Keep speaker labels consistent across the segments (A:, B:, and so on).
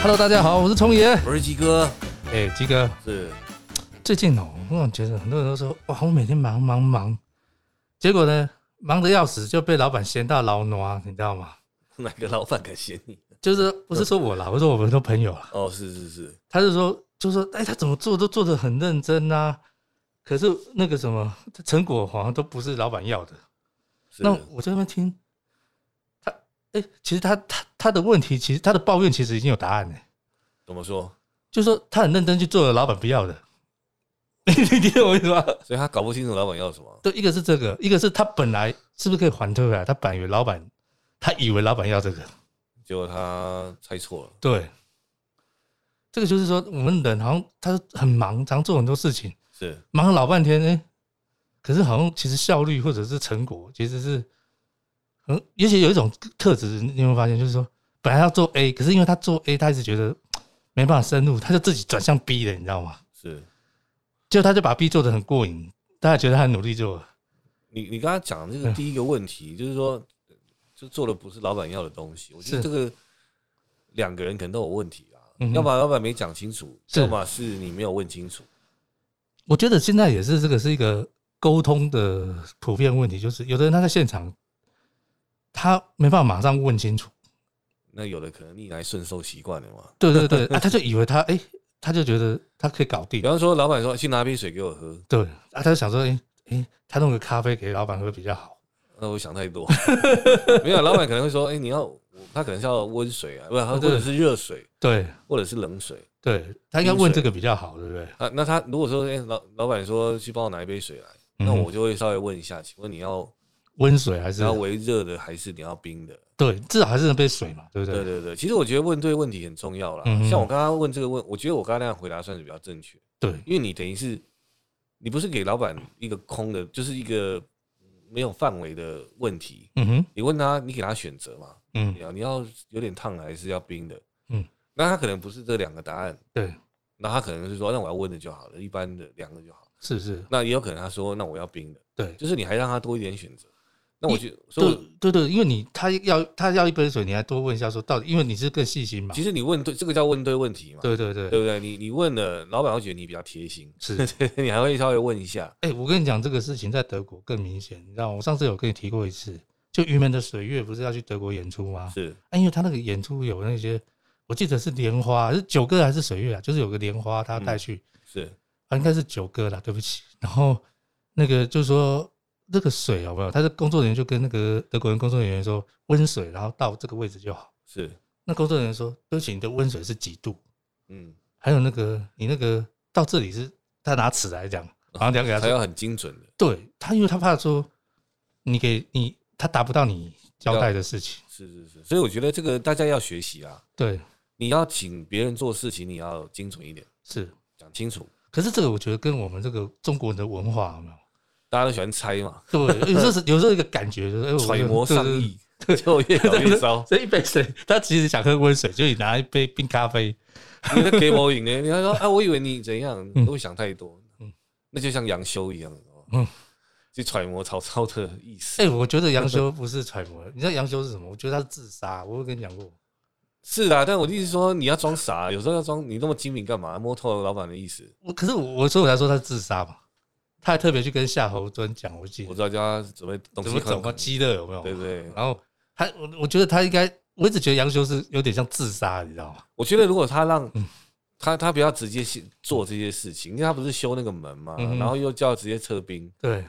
A: Hello，大家好，我是聪爷。
B: 我是鸡哥，
A: 哎，鸡哥，
B: 是
A: 最近哦，我总觉得很多人都说，哇，我每天忙忙忙，结果呢，忙得要死，就被老板嫌到老挪，啊你知道吗？
B: 哪个老板敢嫌你？
A: 就是不是说我啦，我说我们都朋友啦，
B: 哦，是是是，
A: 他就说，就说，哎，他怎么做都做得很认真啊，可是那个什么成果好像都不是老板要的。
B: 是
A: 那我在那边听，他，哎，其实他他他的问题，其实他的抱怨其实已经有答案了。
B: 怎么说？
A: 就是说他很认真去做了老板不要的， 你你你懂我意思吗？
B: 所以他搞不清楚老板要什么。
A: 对，一个是这个，一个是他本来是不是可以还退回来？他本来以为老板，他以为老板要这个，
B: 结果他猜错了，
A: 对，这个就是说我们人好像他很忙，常做很多事情，
B: 是
A: 忙了老半天，哎、可是好像其实效率或者是成果其实是，嗯，也许有一种特质，你有没有发现？就是说本来要做 A，可是因为他做 A，他一直觉得没办法深入，他就自己转向 B 了，你知道吗？
B: 是。
A: 就他就把 B 做的很过瘾，大家觉得他很努力做了，
B: 你你刚刚讲这个第一个问题，就是说，就做的不是老板要的东西。我觉得
A: 是
B: 这个两个人可能都有问题啊，
A: 嗯哼
B: 要么老板没讲清楚，
A: 是
B: 要么是你没有问清楚。
A: 我觉得现在也是这个是一个沟通的普遍问题，就是有的人他在现场，他没办法马上问清楚，
B: 那有的可能逆来顺受习惯了嘛。
A: 对对对， 啊、他就以为他哎、他就觉得他可以搞定
B: 比，方说，老板说去拿杯水给我喝，
A: 对，啊，他就想说哎哎、他弄个咖啡给老板喝比较好，
B: 那我想太多。 没有，老板可能会说，哎、你要他可能是要温水啊，不，或者是热水，
A: 对
B: 或者是冷水。
A: 对，他应该问这个比较好，对不对？
B: 啊，那他如果说，哎、老老板说去帮我拿一杯水来，
A: 嗯
B: 那我就会稍微问一下，请问你要
A: 温水还
B: 你
A: 是
B: 要微热的还是你要冰的？
A: 对，至少还是能杯水嘛，对不
B: 对
A: 对？
B: 对对，其实我觉得问对问题很重要啦。
A: 嗯
B: 像我刚刚问这个问，我觉得我刚刚那样回答算是比较正确，
A: 对
B: 因为你等于是你不是给老板一个空的，就是一个没有范围的问题。
A: 嗯哼，
B: 你问他，你给他选择嘛？
A: 嗯
B: 你，啊要你要有点烫的还是要冰的？
A: 嗯，
B: 那他可能不是这两个答案，
A: 对，
B: 那他可能是说，那我要温的就好了，一般的凉的就好。
A: 是是，
B: 那也有可能他说，那我要冰的，
A: 对。
B: 就是你还让他多一点选择。那我觉得，所
A: 对
B: 以我
A: 对对，因为你他要他要一杯水，你还多问一下说到底，因为你是更细心嘛。
B: 其实你问对，这个叫问对问题嘛，
A: 对对对，
B: 对不对？你你问了，老板会觉得你比较贴心，
A: 是。
B: 你还会稍微问一下。
A: 哎、我跟你讲这个事情在德国更明显，你知道吗我上次有跟你提过一次，就云门的水月不是要去德国演出吗？
B: 是
A: 啊，因为他那个演出有那些，我记得是莲花，是九哥还是水月啊？就是有个莲花，他带去、
B: 是，
A: 啊，应该是九哥啦，对不起。然后那个就是说那个水有没有？他的工作人员就跟那个德国人工作人员说温水，然后到这个位置就好。
B: 是，
A: 那工作人员说：“对不起，你的温水是几度？
B: 嗯，
A: 还有那个你那个到这里是他拿尺来讲，然后量给他
B: 还
A: 说，
B: 要很精准的，
A: 对他，因为他怕说你给你他达不到你交代的事情，
B: 是是是。所以我觉得这个大家要学习啊，
A: 对，
B: 你要请别人做事情，你要精准一点，
A: 是。
B: 讲清楚。
A: 可是这个我觉得跟我们这个中国人的文化有没有？
B: 大家都喜欢猜嘛，
A: 对，有时候是有时候一个感觉就是哎我
B: 揣摩
A: 对
B: 上
A: 对
B: 意， 就越搞越糟。
A: 这一杯水，他其实想喝温水，就你拿一杯冰咖 啡，
B: 你在给我赢呢？你还说啊，我以为你怎样，
A: 嗯
B: 都会想太多。
A: 嗯
B: 那就像杨修一样，
A: 嗯
B: 嗯，去揣摩曹操的意思。
A: 哎、我觉得杨修不是揣摩，你知道杨修是什么？我觉得他是自杀，我有跟你讲过。
B: 是啦，但我的意思是说，你要装傻，啊有时候要装你那么精明干嘛？摸透了老板的意思，
A: 我可是我，我所以我才说他是自杀嘛。他还特别去跟夏侯惇讲，我记
B: 我
A: 得
B: 知道叫他准备东
A: 怎
B: 西
A: 么怎么
B: 看，
A: 激乐有没有？
B: 对不对？
A: 然后他，我我觉得他应该，我一直觉得杨修是有点像自杀，你知道吗？
B: 我觉得如果他让
A: 嗯
B: 他他不要直接去做这些事情，因为他不是修那个门嘛，
A: 嗯哼
B: 然后又叫直接撤兵，
A: 对，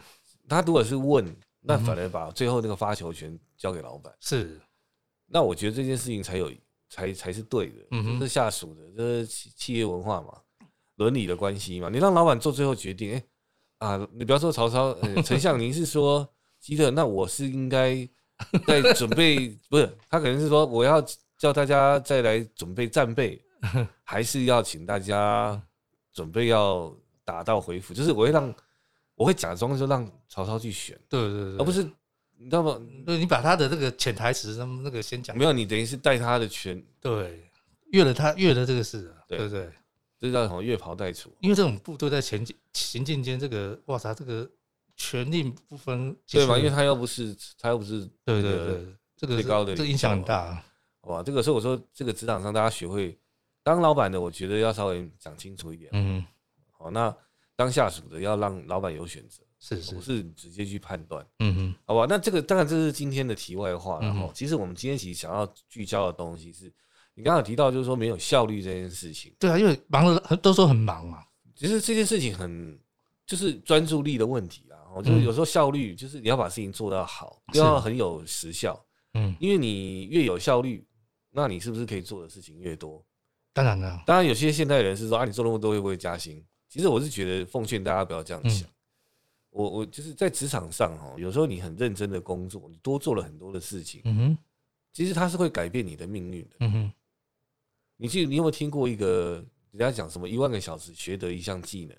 B: 他如果是问，那
A: 嗯
B: 反而把最后那个发球权交给老板。
A: 是，
B: 那我觉得这件事情才有才才是对的，
A: 嗯哼
B: 这是下属的，这是企企业文化嘛，伦理的关系嘛。你让老板做最后决定，哎、啊，你不要说曹操，呃丞相，您是说基特，那我是应该在准备，不是他可能是说我要叫大家再来准备战备，还是要请大家准备要打道回府，就是我会让我会假装就让曹操去选，
A: 对对对，
B: 哦而不是你知道吗？
A: 对你把他的那个潜台词什么那个先讲，
B: 没有，你等于是带他的权，
A: 对，越了他越了这个事啊，
B: 对
A: 对不对？
B: 这叫什么？越袍带楚。
A: 因为这种部队在前进行进间，这个哇塞，这个权力不分
B: 对嘛？
A: 吧？
B: 因为他又不是，他又不是，
A: 对
B: 那
A: 对
B: 个
A: 对，这个
B: 最
A: 是
B: 高的
A: 这个
B: 领
A: 影响
B: 袖
A: 很大啊，
B: 好吧？这个所以我说，这个职场上大家学会当老板的，我觉得要稍微讲清楚一点。
A: 嗯，
B: 好，那当下属的要让老板有选择，
A: 是
B: 不
A: 是，
B: 是直接去判断，
A: 嗯嗯
B: 好吧？那这个当然这是今天的题外话了
A: 嗯
B: 哈。
A: 哼
B: 其实我们今天其实想要聚焦的东西是，你刚刚有提到就是说没有效率这件事情，
A: 对啊，因为忙了很都说很忙嘛，
B: 其实这件事情很就是专注力的问题啊。哦就是有时候效率就是你要把事情做到好，
A: 嗯是
B: 要很有时效，
A: 嗯，
B: 因为你越有效率，那你是不是可以做的事情越多？
A: 当然了，
B: 当然，有些现代人是说啊，你做那么多会不会加薪？其实我是觉得奉劝大家不要这样
A: 嗯
B: 想。我我就是在职场上哦，有时候你很认真的工作，你多做了很多的事情，
A: 嗯哼，
B: 其实它是会改变你的命运的。
A: 嗯哼，
B: 你记，你有没有听过一个人家讲什么一万个小时学得一项技能？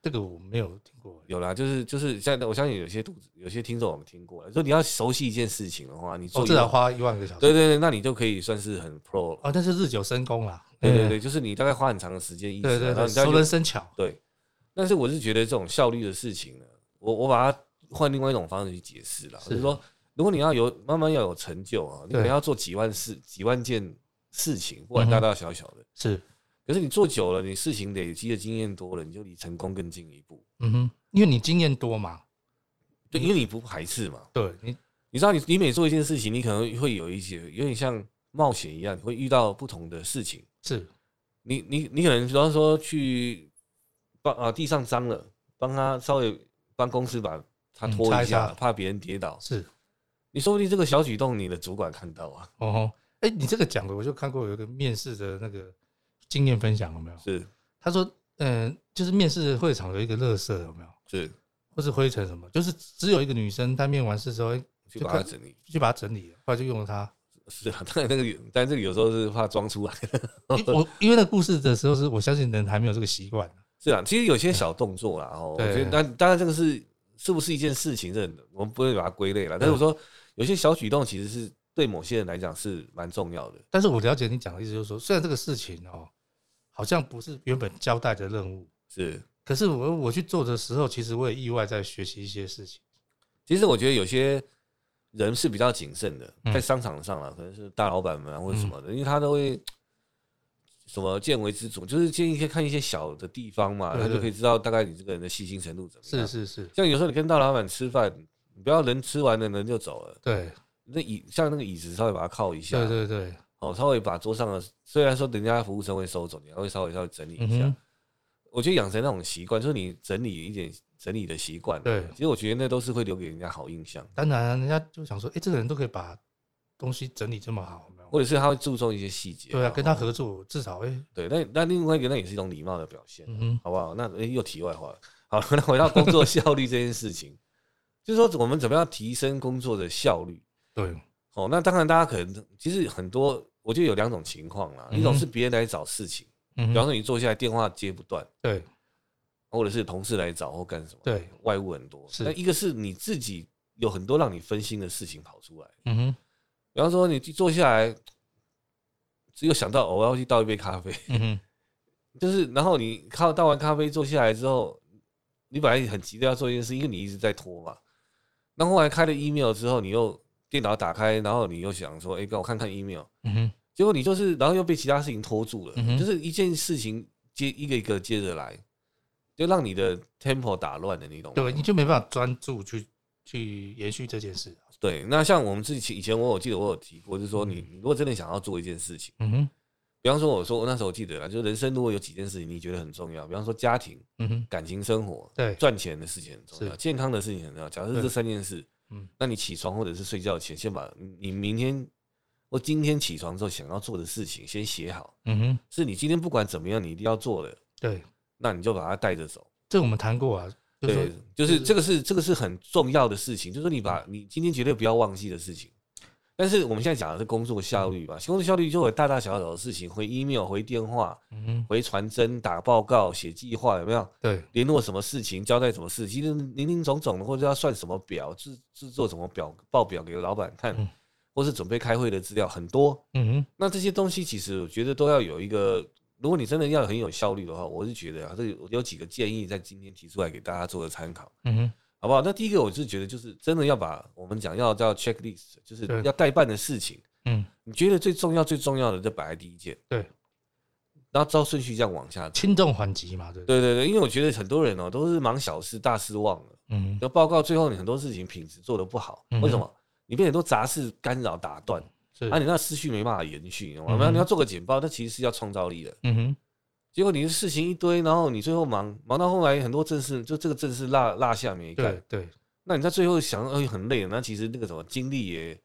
A: 这个我没有听过，
B: 有啦，就是就是现在我相信有些读有些听众我们听过，说你要熟悉一件事情的话，你做
A: 哦，
B: 一
A: 至
B: 万、
A: 少花一万个小时，
B: 对对对，那你就可以算是很 pro 了。
A: 哦，那是日久生功啦，
B: 对对
A: 嗯
B: 对，就是你大概花很长的时间意识啊，
A: 对对
B: 然后
A: 对，
B: 你大概
A: 熟
B: 就
A: 能生巧，
B: 对，但是我是觉得这种效率的事情呢，我我把它换另外一种方式去解释了，
A: 是
B: 就是说，如果你要有慢慢要有成就啊，你可能
A: 对
B: 要做几万事、几万件事情，不管
A: 嗯
B: 大
A: 哼
B: 大小小的。
A: 是，
B: 可是你做久了，你事情累积的经验多了，你就离成功更进一步。
A: 嗯哼，因为你经验多嘛，
B: 对，因为你不排斥嘛。
A: 对你，
B: 你知道你，你每做一件事情，你可能会有一些有点像冒险一样，你会遇到不同的事情。
A: 是，
B: 你你你可能比方说去帮啊地上脏了，帮他稍微帮公司把它
A: 嗯
B: 拖
A: 擦一
B: 一下，
A: 下
B: 怕别人跌倒。
A: 是，
B: 你说不定这个小举动，你的主管看到啊，
A: 哦吼，哎，你这个讲的，我就看过有一个面试的那个经验分享，有没有？
B: 是
A: 他说，嗯，就是面试会场有一个垃圾，有没有？
B: 是，
A: 或是灰尘什么，就是只有一个女生，她面完试之后哎
B: 去
A: 就
B: 把它
A: 看
B: 整理。
A: 就把它整理了，后来就用了它。
B: 是啊， 当然那个有，但这个有时候是怕装出来。
A: 因我因为那故事的时候是我相信人还没有这个习惯啊，
B: 是啊，其实有些小动作啦，哦，我
A: 对
B: 觉得但当然这个是是不是一件事情，这我们不会把它归类了。但是我说有些小举动其实是对某些人来讲是蛮重要的。
A: 但是我了解你讲的意思，就是说虽然这个事情哦，好像不是原本交代的任务，
B: 是，
A: 可是我我去做的时候，其实我也意外在学习一些事情。
B: 其实我觉得有些人是比较谨慎的，
A: 嗯
B: 在商场上啊，可能是大老板们啊或者什么的，因为他都会什么见微知著，就是建议可以看一些小的地方嘛，
A: 对
B: 他就
A: 对
B: 可以知道大概你这个人的细心程度怎么
A: 是
B: 样。
A: 是是，
B: 像有时候你跟大老板吃饭，你不要人吃完了人就走了，
A: 对
B: 那椅像那个椅子稍微把它靠一下，
A: 对对对，
B: 哦，稍微把桌上的虽然说人家服务生会收走，你还会稍微稍微整理
A: 嗯
B: 一下。
A: 哼，
B: 我觉得养成那种习惯，就是你整理一点整理的习惯，
A: 对
B: 其实我觉得那都是会留给人家好印象。
A: 当然啊人家就想说，哎，这个人都可以把东西整理这么好，有没有
B: 或者是他会注重一些细节。
A: 对啊，跟他
B: 然后
A: 合作至少哎，
B: 对，那那另外一个那也是一种礼貌的表现，
A: 嗯哼，
B: 好不好？那、诶又题外话了，好， 那回到工作效率这件事情，就是说我们怎么样提升工作的效率？
A: 对，
B: 哦，那当然大家可能其实很多，我觉得有两种情况啦，
A: 嗯哼
B: 一种是别人来找事情，
A: 嗯
B: 比方
A: 哼，
B: 说你坐下来电话接不断，
A: 对
B: 或者是同事来找或干什么，
A: 对，
B: 外务很多。
A: 是
B: 那一个是你自己有很多让你分心的事情跑出来，
A: 嗯哼，
B: 比方说你坐下来，只有想到哦我要去倒一杯咖啡。
A: 嗯哼，
B: 就是然后你靠倒完咖啡坐下来之后，你本来很急的要做一件事，因为你一直在拖嘛。那后来开了 email 之后，你又电脑打开，然后你又想说，哎、让我看看 email。
A: 嗯哼，
B: 结果你就是，然后又被其他事情拖住了，
A: 嗯哼
B: 就是一件事情接一个一个接着来，就让你的 tempo 打乱了，你懂吗？
A: 对，你就没办法专注去去延续这件事。啊
B: 对那像我们自己以前我有记得我有提过，就是说你你如果真的想要做一件事情，
A: 嗯哼，
B: 比方说我说我那时候我记得了，就是人生如果有几件事情你觉得很重要，比方说家庭、
A: 嗯哼，
B: 感情、生活，
A: 对，
B: 赚钱的事情很重要，
A: 是
B: 健康的事情很重要。假设
A: 对
B: 这三件事，
A: 嗯
B: 那你起床或者是睡觉前，先把你你明天或今天起床之后想要做的事情先写好，
A: 嗯哼，
B: 是你今天不管怎么样，你一定要做的，
A: 对，
B: 那你就把它带着走。
A: 这我们谈过啊，就是
B: 对
A: 说，
B: 就是这个是这个是很重要的事情，就是你把你今天绝对不要忘记的事情。但是我们现在讲的是工作效率
A: 嗯
B: 吧，工作效率就有大大小小的事情，回 email、回电话、
A: 嗯哼，
B: 回传真、打报告、写计划，有没有？
A: 对，
B: 联络什么事情，交代什么事情，零零总总的，或者要算什么表，制制作什么表报表给老板看，
A: 嗯
B: 或是准备开会的资料很多。
A: 嗯哼，
B: 那这些东西其实我觉得都要有一个，如果你真的要很有效率的话，我是觉得啊，这有几个建议在今天提出来给大家做个参考，
A: 嗯哼，
B: 好不好？那第一个我是觉得就是真的要把我们讲要叫 checklist，就是
A: 对
B: 要代办的事情，
A: 嗯，
B: 你觉得最重要最重要的就摆在第一件。
A: 对，
B: 然后照顺序这样往下走。
A: 轻重缓急嘛，对不对？
B: 对对对，因为我觉得很多人哦、都是忙小事大事忘了，
A: 嗯
B: 那报告最后你很多事情品质做得不好，
A: 嗯
B: 为什么？你被很多杂事干扰打断，
A: 是
B: 啊，你那思绪没办法延续，你知道
A: 嗯
B: 吗？
A: 哼
B: 你要做个简报，那其实是要创造力的。
A: 嗯哼，
B: 结果你的事情一堆，然后你最后忙忙到后来很多正事，就这个正事落落下没干
A: 对，对，
B: 那你在最后想，哎，很累了，那其实那个什么精力也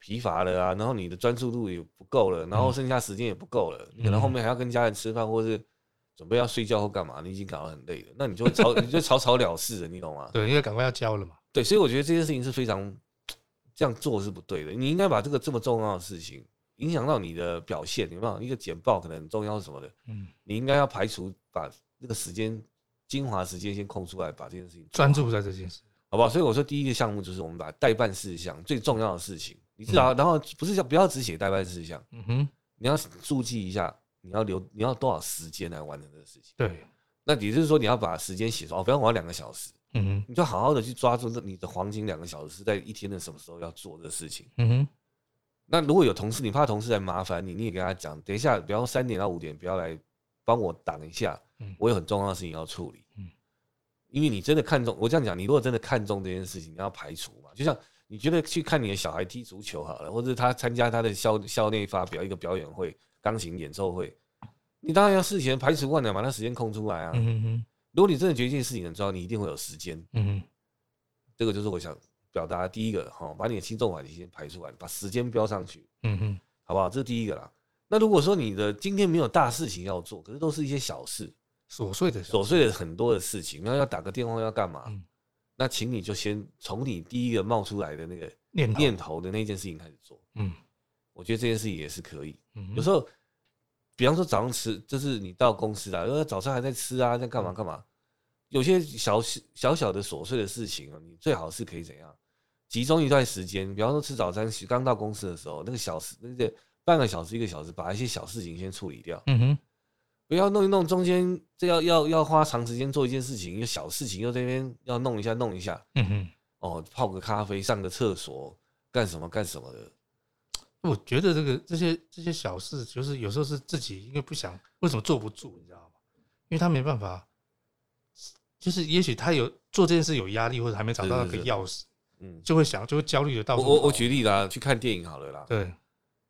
B: 疲乏了啊，然后你的专注度也不够了，然后剩下时间也不够了，你可能后面还要跟家人吃饭，或是准备要睡觉或干嘛，你已经搞得很累了，那你就会草你就草草了事了，你懂吗？
A: 对，因为赶快要交了嘛，
B: 对，所以我觉得这件事情是非常这样做是不对的，你应该把这个这么重要的事情影响到你的表现，有没有？一个简报可能很重要什么的，
A: 嗯，
B: 你应该要排除把那个时间精华时间先空出来，把这件事情做
A: 专注在这件事，
B: 好不好？所以我说第一个项目就是我们把代办事项最重要的事情，你至少然后不是叫不要只写代办事项，
A: 嗯哼，
B: 你要注记一下，你要留你要多少时间来完成这个事情。
A: 对，那
B: 那也就是说你要把时间写出来，哦，不要我要两个小时，
A: 嗯哼，
B: 你就好好的去抓住这你的黄金两个小时是在一天的什么时候要做这个事情。
A: 嗯哼，
B: 那如果有同事，你怕同事来麻烦你，你也跟他讲，等一下，比方说三点到五点，不要来帮我挡一下
A: 嗯，
B: 我有很重要的事情要处理。
A: 嗯
B: 因为你真的看重，我这样讲，你如果真的看重这件事情，你要排除嘛。就像你觉得去看你的小孩踢足球好了，或者他参加他的校校内发表一个表演会、钢琴演奏会，你当然要事前排除万难，把那时间空出来啊。
A: 嗯哼哼，
B: 如果你真的觉得一件事情很重要，你一定会有时间。
A: 嗯哼，
B: 这个就是我想表达的第一个哈，把你的轻重缓急先排出来，把时间标上去。
A: 嗯哼，
B: 好不好？这是第一个啦。那如果说你的今天没有大事情要做，可是都是一些小事、
A: 琐碎的小
B: 琐碎的很多的事情，然后要打个电话要干嘛？
A: 嗯
B: 那请你就先从你第一个冒出来的那个
A: 念头，
B: 念头的那件事情开始做。
A: 嗯
B: 我觉得这件事情也是可以。
A: 嗯，
B: 有时
A: 候，
B: 候，比方说早上吃，就是你到公司啦，呃，早上还在吃啊，在干嘛干嘛？有些小事小小的琐碎的事情啊，你最好是可以怎样集中一段时间，比方说吃早餐，刚到公司的时候，那个小时那个半个小时一个小时，把一些小事情先处理掉，
A: 嗯哼，
B: 不要弄一弄，中间这要要要花长时间做一件事情，又小事情又这边要弄一下弄一下，
A: 嗯哼，
B: 哦，泡个咖啡，上个厕所，干什么干什么的，
A: 我觉得这个这些这些小事，就是有时候是自己因为不想，为什么坐不住，你知道吗？因为他没办法，就是也许他有做这件事有压力，或者还没找到那个
B: 是是是
A: 钥匙，
B: 嗯，
A: 就会想，就会焦虑的到
B: 我
A: 处
B: 我
A: 跑
B: 我举例啦，去看电影好了啦，
A: 对，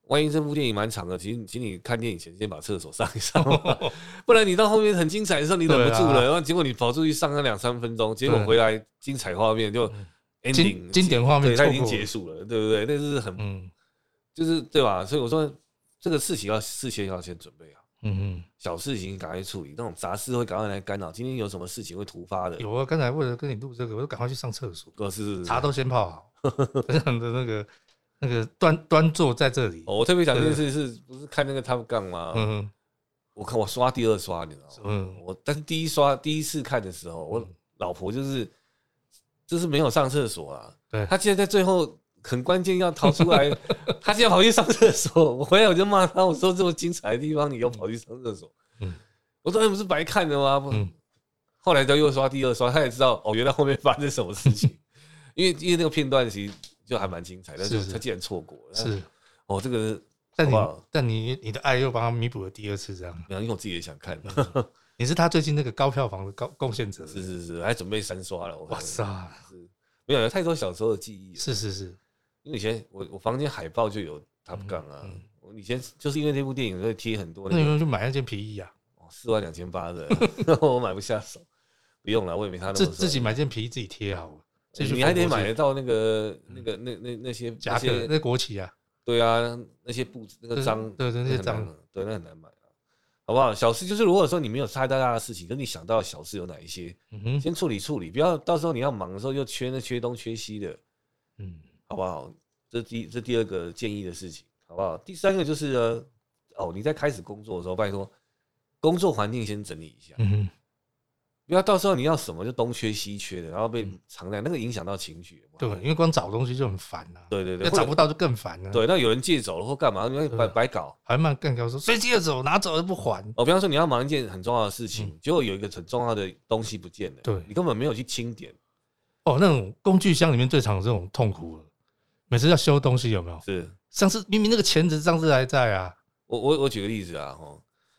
B: 万一这部电影蛮长的，请你请你看电影前先把厕所上一上， 不然你到后面很精彩的时候你忍不住
A: 对
B: 了，
A: 啊
B: 然后结果你跑出去上个两三分钟，结果回来精彩画面就
A: 嗯
B: ending
A: 经经典画面
B: 对，它
A: 错
B: 已经
A: 过
B: 结
A: 了，
B: 束了，对不对？那是很
A: 嗯
B: 就是对吧？所以我说这个事情要事先要先准备好，
A: 嗯嗯。
B: 小事情赶快处理，那种杂事会赶快来干扰。今天有什么事情会突发的？
A: 有啊，刚才为了跟你录这个，我就赶快去上厕所，
B: 哦，是是是
A: 茶都先泡好，非常的那个那个端端坐在这里。
B: 哦，我哦特别讲这件事是不是看那个 Top Gun 吗？
A: 嗯，
B: 我看我刷第二刷，你知道吗？
A: 嗯
B: 我但是第一刷第一次看的时候，我
A: 嗯
B: 老婆就是就是没有上厕所啊，
A: 对
B: 她竟然在最后很关键要逃出 来，她竟然跑去上厕所，我回来我就骂她，我说这么精彩的地方你又跑去上厕所，
A: 嗯
B: 我说哎不是白看的吗？
A: 嗯
B: 后来就又刷第二刷，她也知道哦，原来后面发生什么事 情，因为因为那个片段其实就还蛮精彩，但
A: 是
B: 是
A: 是
B: 她竟然错过了，
A: 是，
B: 哦，这个
A: 但
B: 好
A: 你
B: 不好
A: 但你你的爱又帮他弥补了第二次，这样。
B: 没有，因为我自己也想看，
A: 嗯你是他最近那个高票房的高贡献者。
B: 是是是，还准备三刷了，我
A: 哇
B: 看
A: 塞，
B: 是没有有太多小时候的记忆了。
A: 是是是，
B: 因为以前我我房间海报就
A: 嗯
B: 有 Top Gun 啊，我以前就是因为那部电影所以贴很多
A: 那
B: 那
A: 你
B: 个哦
A: 们就买那件皮衣啊，
B: 四万两千八的， 我买不下手。不用了，我也没他那么
A: 自
B: 帅
A: 自己买件皮衣自己贴好了，自己去
B: 你还得
A: 缝国
B: 买
A: 旗
B: 得到那个那个那那那些
A: 夹
B: 那
A: 克，
B: 些
A: 那国旗啊，
B: 对啊，那些布那个章，
A: 对对那些
B: 很难
A: 章
B: 啊，对，那很难买啊，好不好？小事就是，如果说你没有太大的事情，跟你想到的小事有哪一些，
A: 嗯哼，
B: 先处理处理，不要到时候你要忙的时候又缺那缺东缺西的，
A: 嗯，
B: 好不好？这第这第二个建议的事情，好不好？第三个就是呢，哦，你在开始工作的时候，拜托工作环境先整理一下，
A: 嗯哼，
B: 不要到时候你要什么就东缺西缺的，然后被藏在那个影响到情绪。
A: 嗯对，因为光找东西就很烦呐，
B: 对对对，
A: 要
B: 或者
A: 找不到就更烦了，，
B: 对，那有人借走了或干嘛，你会白
A: 对
B: 白搞。
A: 还蛮更高说谁借走拿走又不还，
B: 哦，比方说你要忙一件很重要的事情，结果有一个很重要的东西不见了，
A: 嗯对
B: 你根本没有去清点，
A: 哦，那种工具箱里面最常有这种痛苦了，每次要修东西有没有？
B: 是
A: 上次明明那个钳子上次还在啊，
B: 我我我举个例子啊，哦，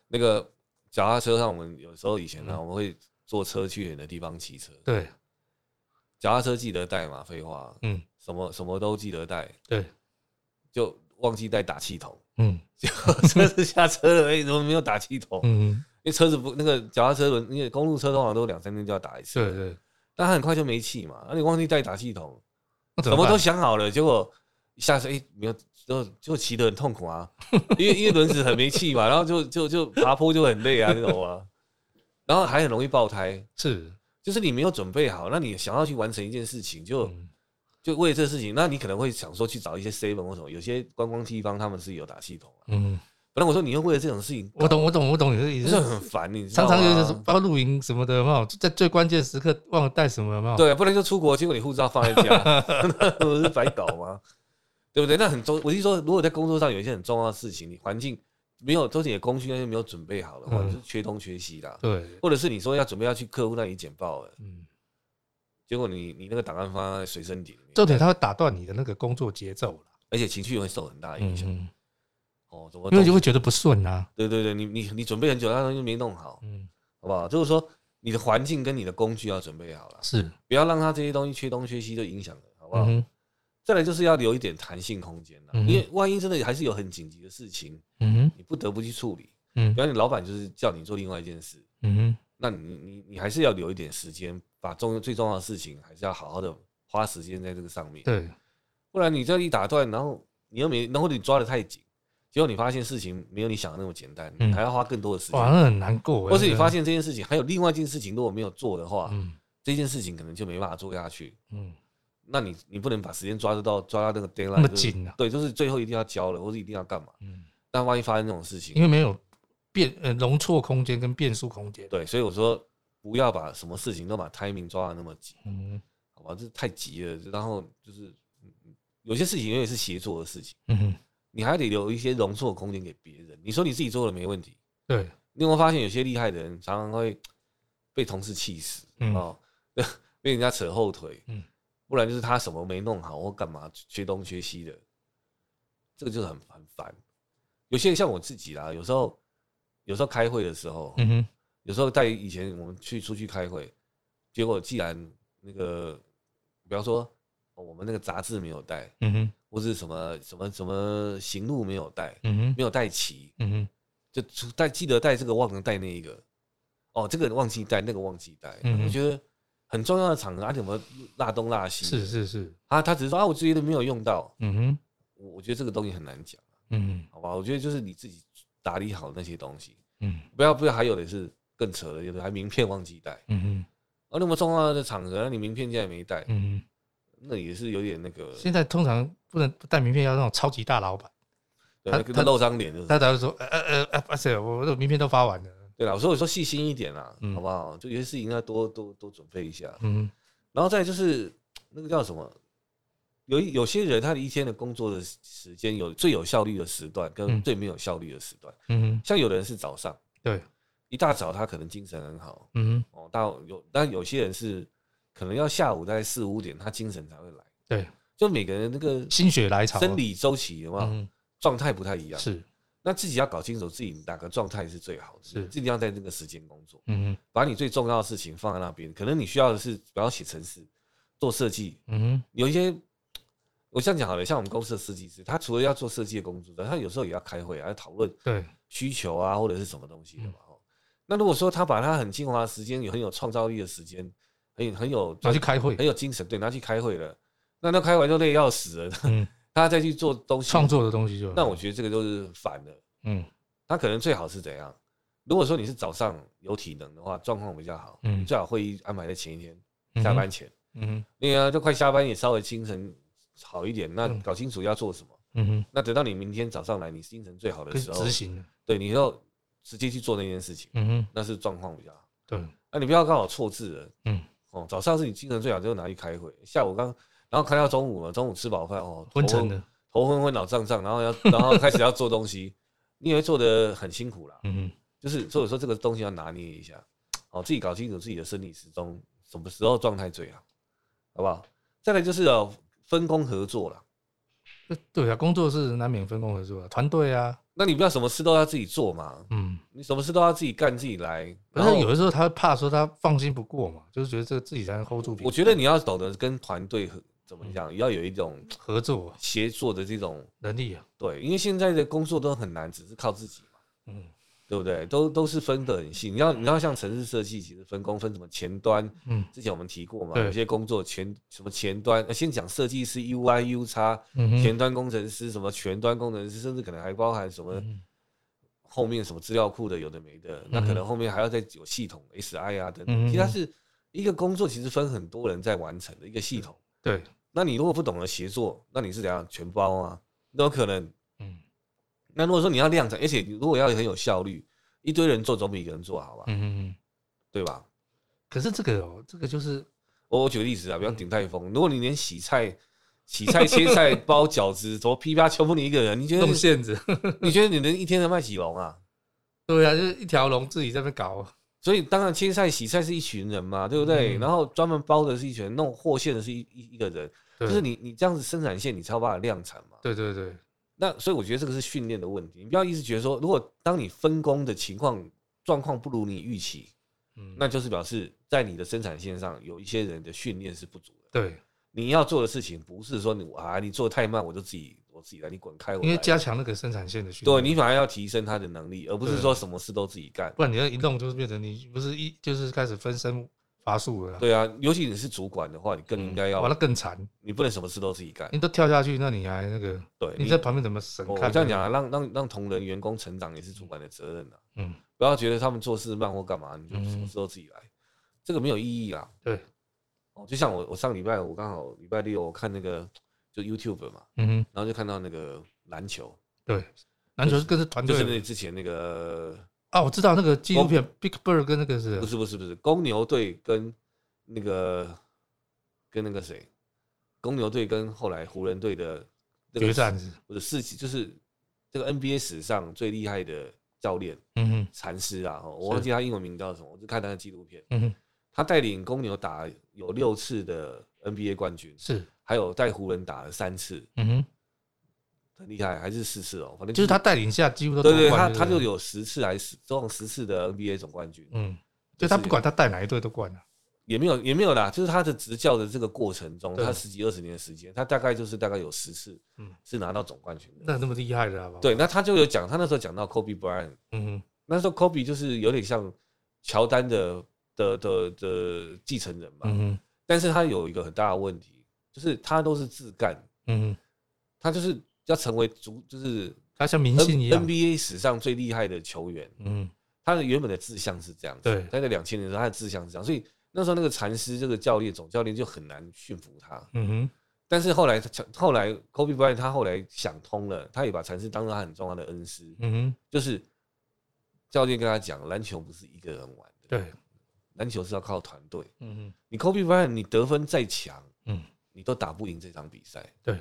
B: 那个脚踏车上，我们有时候以前
A: 嗯
B: 呢、我们会坐车去远的地方骑车，
A: 对
B: 脚踏车记得带嘛，废话，
A: 嗯，
B: 什么什么都记得带，
A: 对，
B: 就忘记带打气筒，
A: 嗯
B: 就车子下车了，哎、怎么没有打气筒？
A: 嗯，
B: 因为车子不那个脚踏车轮，因为公路车通常都两三天就要打一次，
A: 对对，
B: 但它很快就没气嘛，那、你忘记带打气筒，
A: 那
B: 什
A: 么
B: 么
A: 办
B: 都想好了，结果一下车哎、没有，就就骑得很痛苦啊， 因为因为轮子很没气嘛，然后就就就爬坡就很累啊那 种啊，然后还很容易爆胎，
A: 是，
B: 就是你没有准备好，那你想要去完成一件事情，就
A: 嗯
B: 就为了这事情，那你可能会想说去找一些 seven 或什么，有些观光地方他们是有打系统啊。
A: 嗯，
B: 本来我说你又为了这种事情，
A: 我懂我懂我懂你的意
B: 就是
A: 思，
B: 很啊烦，你知道
A: 常
B: 吗？
A: 常有一种包露营什么的，有没有？在最关键时刻忘了带什么，有没有？
B: 对，不然就出国，结果你护照放在 家，那不是白搞吗？对不对？那很重，我是说，如果在工作上有一些很重要的事情，你环境没有，都是你的工具那些没有准备好的话，
A: 嗯
B: 就是缺东缺西啦。
A: 对，
B: 或者是你说要准备要去客户那里简报了，
A: 嗯，
B: 结果你你那个档案放在随身碟里面，
A: 重点它会打断你的那个工作节奏了，
B: 而且情绪会受很大的影
A: 嗯
B: 响。
A: 嗯，
B: 哦，怎么
A: 因
B: 哎懂？
A: 为就会觉得不顺啊，
B: 对对对，你你你准备很久，那东西没弄好，
A: 嗯，
B: 好不好？就是说你的环境跟你的工具要准备好了，
A: 是，
B: 不要让它这些东西缺东缺西就影响了，好不好？
A: 嗯哼，
B: 再来就是要留一点弹性空间啦，
A: 嗯哼
B: 因为万一真的还是有很紧急的事情，
A: 嗯哼，
B: 你不得不去处理，
A: 嗯
B: 比方你老板就是叫你做另外一件事，
A: 嗯哼，
B: 那你你你还是要留一点时间，把重最重要的事情还是要好好的花时间在这个上面，
A: 对，
B: 不然你这样一打断，然后你又没，然后你抓的太紧，结果你发现事情没有你想的那么简单，
A: 嗯
B: 你还要花更多的时间
A: 哇，。那很难过欸，
B: 或是你发
A: 现，
B: 现这件事情还有另外一件事情，如果没有做的话，
A: 嗯
B: 这件事情可能就没办法做下去。
A: 嗯，
B: 那你你不能把时间抓得到抓到那个 deadline
A: 那么
B: 就是
A: 紧啊
B: 对，就是最后一定要交了，或是一定要干嘛？
A: 嗯，
B: 但万一发生这种事
A: 因
B: 情，
A: 为没有变呃容错空间跟变数空间，
B: 对，所以我说不要把什么事情都把 timing 抓的那么紧，
A: 嗯
B: 好吧？这太急了。然后就是嗯有些事情因为是协作的事情，
A: 嗯哼，
B: 你还得留一些容错空间给别人。你说你自己做了没问题，
A: 对，
B: 你有没有发现有些厉害的人常常会被同事气死
A: 嗯
B: 哦， 被人家扯后腿，
A: 嗯
B: 不然就是他什么没弄好或干嘛缺东缺西的，这个就是很很烦。有些人像我自己啦，有时候有时候开会的时候，
A: 嗯哼，
B: 有时候在以前我们去出去开会，结果既然那个，比方说哦我们那个杂志没有带，
A: 嗯哼，
B: 或是什么什么什么行路没有带，
A: 嗯哼，
B: 没有带齐，
A: 嗯哼，
B: 就出带记得带这个，忘了带那一个，哦，这个忘记带，那个忘记带。
A: 嗯哼
B: 我觉得很重要的场合，啊，怎么落东落西？
A: 是是是，
B: 啊，他只是说啊，我觉得没有用到，
A: 嗯哼，
B: 我我觉得这个东西很难讲，
A: 嗯
B: 好吧？我觉得就是你自己打理好那些东西，
A: 嗯
B: 不要不要还有的是更扯的，有的还名片忘记带，
A: 嗯哼，
B: 啊，那么重要的场合，啊那你名片竟然没带，
A: 嗯哼。
B: 那也是有点那个，
A: 现在通常不能带名片，要那种超级大老板，
B: 对
A: 他
B: 那个
A: 他
B: 露张脸就是。
A: 他才会说，呃呃呃，而且我的名片都发完了，
B: 对了，所以我说细心一点啦，
A: 嗯
B: 好不好？就有些事情要多多多准备一下。
A: 嗯
B: 然后再就是那个叫什么，有一有些人他的一天的工作的时间有最有效率的时段跟
A: 嗯
B: 最没有效率的时段，
A: 嗯
B: 像有的人是早上，
A: 对，
B: 一大早他可能精神很好
A: 嗯，
B: 哦，到有但有些人是可能要下午大概四五点他精神才会来，
A: 对，
B: 就每个人那个
A: 心血来潮，
B: 生理周期有没有
A: 嗯
B: 状态不太一样，
A: 是，
B: 那自己要搞清楚自己哪个状态是最好的，
A: 是
B: 自己要在这个时间工作，
A: 嗯
B: 把你最重要的事情放在那边，可能你需要的是不要写程式。做设计，
A: 嗯
B: 有一些，我这样讲好了，像我们公司的设计师，他除了要做设计的工作，他有时候也要开会啊，要讨论
A: 对，
B: 需求啊，或者是什么东西的嘛。
A: 嗯
B: 哦那如果说他把他很精华的时间，有很有创造力的时间，很有很有
A: 拿去开会
B: 很，有精神，对，拿去开会了，那他开完就累要死了，
A: 嗯，
B: 他再去做东西
A: 创，作的东西就，
B: 那我觉得这个就是反的。
A: 嗯
B: 他可能最好是怎样？如果说你是早上有体能的话，状况比较好，
A: 嗯
B: 你最好会议安排在前一天
A: 嗯哼
B: 下班前。
A: 嗯
B: 对啊，就快下班也稍微精神好一点，那
A: 嗯
B: 搞清楚要做什么。
A: 嗯哼，
B: 那等到你明天早上来，你精神最好的
A: 可以
B: 时候
A: 执，行，
B: 对，你要直接去做那件事情，
A: 嗯哼，
B: 那是状况比较好。
A: 对，
B: 那、你不要刚好错字了，
A: 嗯，
B: 哦，早上是你精神最好，就拿去开会，下午刚，然后开到中午了，中午吃饱饭哦，头
A: 昏沉的，
B: 头昏昏脑胀胀，然后要然后开始要做东西， 你也会做的很辛苦啦。
A: 嗯哼，
B: 就是所以说这个东西要拿捏一下，哦，自己搞清楚自己的生理时钟，什么时候状态最好，好不好？再来就是哦，分工合作啦，
A: 对啊，工作是难免分工合作，团队啊，
B: 那你不要什么事都要自己做嘛，
A: 嗯，
B: 你什么事都要自己干自己来。
A: 可
B: 然
A: 是
B: 后
A: 有的时候他怕说他放心不过嘛，就是觉得这个自己才能 hold 住平衡。
B: 我觉得你要懂得跟团队合怎么讲，要有一种
A: 合作啊
B: 协作的这种
A: 能力啊，
B: 对，因为现在的工作都很难，只是靠自己嘛，
A: 嗯
B: 对不对？都都是分得很细。你要你要像城市设计，其实分工分什么前端，
A: 嗯
B: 之前我们提过嘛，
A: 对
B: 有些工作前什么前端，呃先讲设计师 UI U x
A: 嗯哼
B: 前端工程师什么前端工程师，甚至可能还包含什么
A: 嗯
B: 后面什么资料库的有的没的，那可能后面还要再有系统 SI 啊等
A: 嗯
B: 等。其实它是一个工作，其实分很多人在完成的一个系统。
A: 对，
B: 那你如果不懂得协作，那你是怎样全包啊？都有可能。
A: 嗯
B: 那如果说你要量产，而且你如果要很有效率，一堆人做总比一个人做好吧，
A: 嗯嗯嗯。
B: 对吧？
A: 可是这个哦，这个就是
B: 我我举个例子啊，比方鼎泰丰，如果你连洗菜、洗菜、切 菜、包饺子，怎么噼啪全部你一个人，你觉得
A: 弄线子，
B: 你觉得你能一天能卖几笼啊？
A: 对啊，就是一条龙自己在那边搞，啊
B: 所以当然切菜、洗菜是一群人嘛，对不对？
A: 嗯
B: 然后专门包的是一群人，弄货线的是一一一个人，
A: 对
B: 就是你你这样子生产线，你才有办法量产嘛。
A: 对对对，
B: 那所以我觉得这个是训练的问题，你不要一直觉得说，如果当你分工的情况状况不如你预期，
A: 嗯，
B: 那就是表示在你的生产线上有一些人的训练是不足的。
A: 对，
B: 你要做的事情不是说你啊，你做得太慢，我就自己我自己来，你滚开我
A: 因为
B: 来。
A: 加强那个生产线的训
B: 对啊
A: 练，
B: 你反而要提升他的能力，而不是
A: 对
B: 说什么事都自己干。
A: 不然你要一弄就是变成你不是一就是开始分身乏术了啊，
B: 对啊，尤其你是主管的话，你更应该要
A: 玩，的更惨，
B: 你不能什么事都自己干。
A: 嗯你都跳下去，那你还那个
B: 对，
A: 你在旁边怎么省
B: 我
A: 看？
B: 我这样讲啊，，让让让同仁员工成长也是主管的责任啊，
A: 嗯，
B: 不要觉得他们做事慢或干嘛，你就
A: 嗯
B: 什么事都自己来，这个没有意义啊。
A: 对，
B: 哦，就像我我上礼拜我刚好礼拜六我看那个就 YouTube 嘛，
A: 嗯哼，
B: 然后就看到那个篮球，
A: 对，篮球是跟着团
B: 就是
A: 队
B: 那之前那个
A: 啊，我知道那个纪录片《Big Bird》跟那个是
B: 不是不是不是，公牛队跟那个跟那个谁，公牛队跟后来湖人队的那个
A: 决战是，
B: 不是世纪，就是这个 NBA 史上最厉害的教练
A: 嗯哼，
B: 禅师啊，哦
A: 是
B: 我忘记他英文名叫什么，我就看他的纪录片，
A: 嗯哼，
B: 他带领公牛打有六次的 NBA 冠军，
A: 是，
B: 还有带湖人打了三次，
A: 嗯哼，
B: 很厉害，还是四次哦，反正
A: 就是他带领下几乎都
B: 对对，
A: 夺
B: 他
A: 冠
B: 他
A: 对
B: 就
A: 不对
B: 有十次还是总共十次的 NBA 总冠军，
A: 嗯，就他不管他带哪一队都冠了，
B: 也没有也没有啦，就是他的执教的这个过程中，
A: 对
B: 他十几二十年的时间，他大概就是大概有十次
A: 嗯
B: 是拿到总冠军的。
A: 那那么厉害的啊，宝
B: 对，，那他就有讲，他那时候讲到 Kobe Bryant，
A: 嗯哼，
B: 那时候 Kobe 就是有点像乔丹的的的的继承人嘛，
A: 嗯哼，
B: 但是他有一个很大的问题，就是他都是自干，
A: 嗯哼，
B: 他就是要成为足就是
A: 他像明
B: N
A: 星一样，
B: NBA 史上最厉害的球员，
A: 嗯，
B: 他的原本的志向是这样子，
A: 对
B: 他在两千年的时候他的志向是这样，所以那时候那个禅师这个教练总教练就很难驯服他，
A: 嗯哼，
B: 但是后来他后来 Kobe Bryant 他后来想通了，他也把禅师当成他很重要的恩师，
A: 嗯哼，
B: 就是教练跟他讲，篮球不是一个人玩的，
A: 对，
B: 篮球是要靠团队。
A: 嗯哼，
B: 你 Kobe Bryant 你得分再强，
A: 嗯，
B: 你都打不赢这场比赛，
A: 对，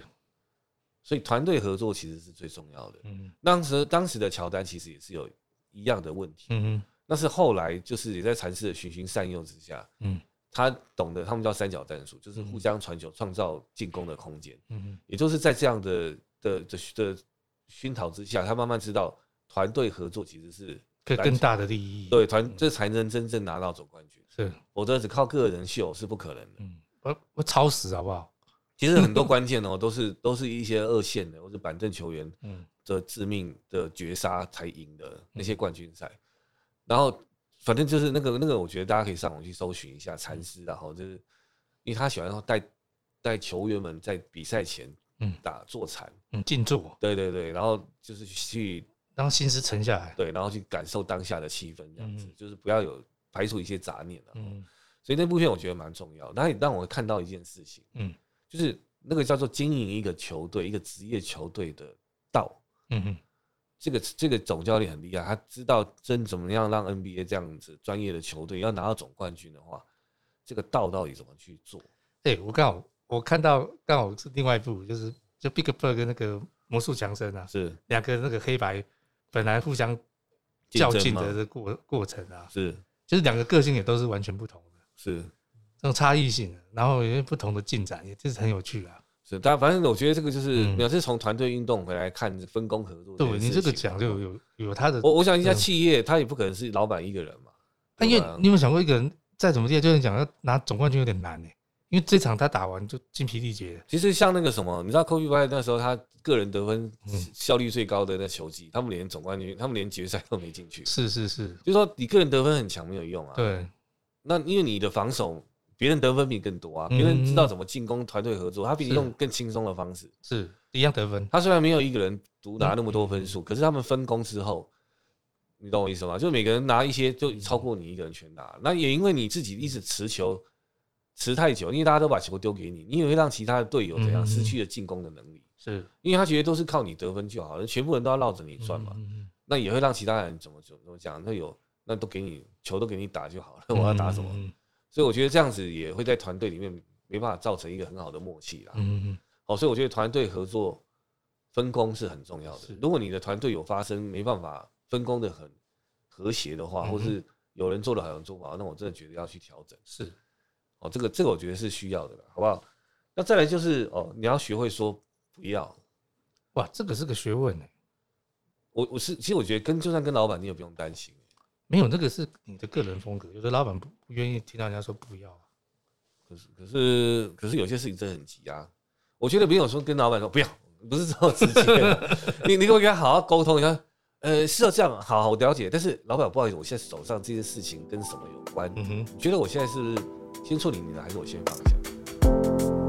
B: 所以团队合作其实是最重要的。
A: 嗯
B: 当时当时的乔丹其实也是有一样的问题，
A: 嗯哼，
B: 那是后来就是也在禅师的循循善诱之下，
A: 嗯
B: 他懂得他们叫三角战术，就是互相传球，创造进攻的空间。
A: 嗯哼，
B: 也就是在这样的的的的熏陶之下，他慢慢知道团队合作其实是
A: 更更大嗯的利益，
B: 对团，这才能真正拿到总冠军，
A: 是，
B: 否则只靠个人秀是不可能的。
A: 嗯，我我超死好不好？
B: 其实很多关键哦、都是都是一些二线的或者板凳球员
A: 嗯
B: 的致命的绝杀才赢的那些冠军赛，然后反正就是那个那个，我觉得大家可以上网去搜寻一下禅师啊，然后就是因为他喜欢带带球员们在比赛前
A: 嗯
B: 打坐禅，
A: 嗯，静坐，
B: 对对对，然后就是去
A: 让心思沉下来，
B: 对，然后去感受当下的气氛，这样子、
A: 嗯
B: 就是不要有排除一些杂念啊。
A: 嗯
B: 所以那部片我觉得蛮重要，那也让我看到一件事情，
A: 嗯
B: 就是那个叫做经营一个球队、一个职业球队的道。
A: 嗯哼，
B: 这个这个总教练很厉害，他知道真怎么样让 NBA 这样子专业的球队要拿到总冠军的话，这个道到底怎么去做？
A: 对我刚好我看到刚好是另外一部，就是就 Big Bird 跟那个魔术强森啊，
B: 是
A: 两个那个黑白本来互相较劲的这过过程啊，
B: 是
A: 就是两个个性也都是完全不同的，
B: 是，
A: 这种差异性，然后有些不同的进展，也就是很有趣啊。
B: 是，但反正我觉得这个就是
A: 嗯
B: 没有，是从团队运动回来看分工合作件
A: 对
B: 事情。
A: 你这个讲
B: 啊
A: 就有有他的，
B: 我我想一下，
A: 嗯
B: 企业他也不可能是老板一个人嘛。
A: 但因
B: 对啊
A: 为
B: 吧
A: 你有没有想过，一个人再怎么地，就是讲要拿总冠军有点难呢、因为这场他打完就精疲力竭了。
B: 其实像那个什么，你知道 Kobe Bryant 那时候他个人得分
A: 嗯
B: 效率最高的那球季，他们连总冠军，他们连决赛都没进去。
A: 是是是，
B: 就说你个人得分很强没有用啊。，
A: 对，
B: 那因为你的防守，别人得分比你更多啊，
A: 嗯
B: 别人知道怎么进攻，团队合作，他比你
A: 是
B: 用更轻松的方式。
A: 是一样得分。
B: 他虽然没有一个人独
A: 嗯
B: 拿那么多分数，可是他们分工之后，你懂我意思吗？就每个人拿一些，就超过你一个人全拿。那也因为你自己一直持球持太久，因为大家都把球丢给你，你也会让其他的队友怎样
A: 嗯
B: 失去了进攻的能力。
A: 是
B: 因为他觉得都是靠你得分就好了，全部人都要绕着你转嘛，
A: 嗯嗯嗯
B: 那也会让其他人怎么怎么怎么讲，那有那都给你球都给你打就好了，我要打什么？
A: 嗯
B: 所以我觉得这样子也会在团队里面没办法造成一个很好的默契啦。
A: 嗯嗯，
B: 哦，所以我觉得团队合作分工是很重要的
A: 是。
B: 如果你的团队有发生没办法分工的很和谐的
A: 嗯
B: 话，
A: 哼
B: 或是有人做的好，有人做不好，那我真的觉得要去调整。
A: 是
B: 哦，这个这个我觉得是需要的啦，好不好？那再来就是哦，你要学会说不要。
A: 哇，这个是个学问呢、欸
B: 我我是其实我觉得跟就算跟老板你也不用担心，啊
A: 没有，那个是你的个人风格。有的老板不不愿意听到人家说不要啊，
B: 可是可是可是有些事情真的很急啊。我觉得没有说跟老板说不要，不是这么直接的。你你跟我跟他好好沟通一下。呃，是要这样啊，好，我了解。但是老板，不好意思，我现在手上这件事情跟什么有关？
A: 嗯哼。
B: 你觉得我现在是不是先处理你的，还是我先放下？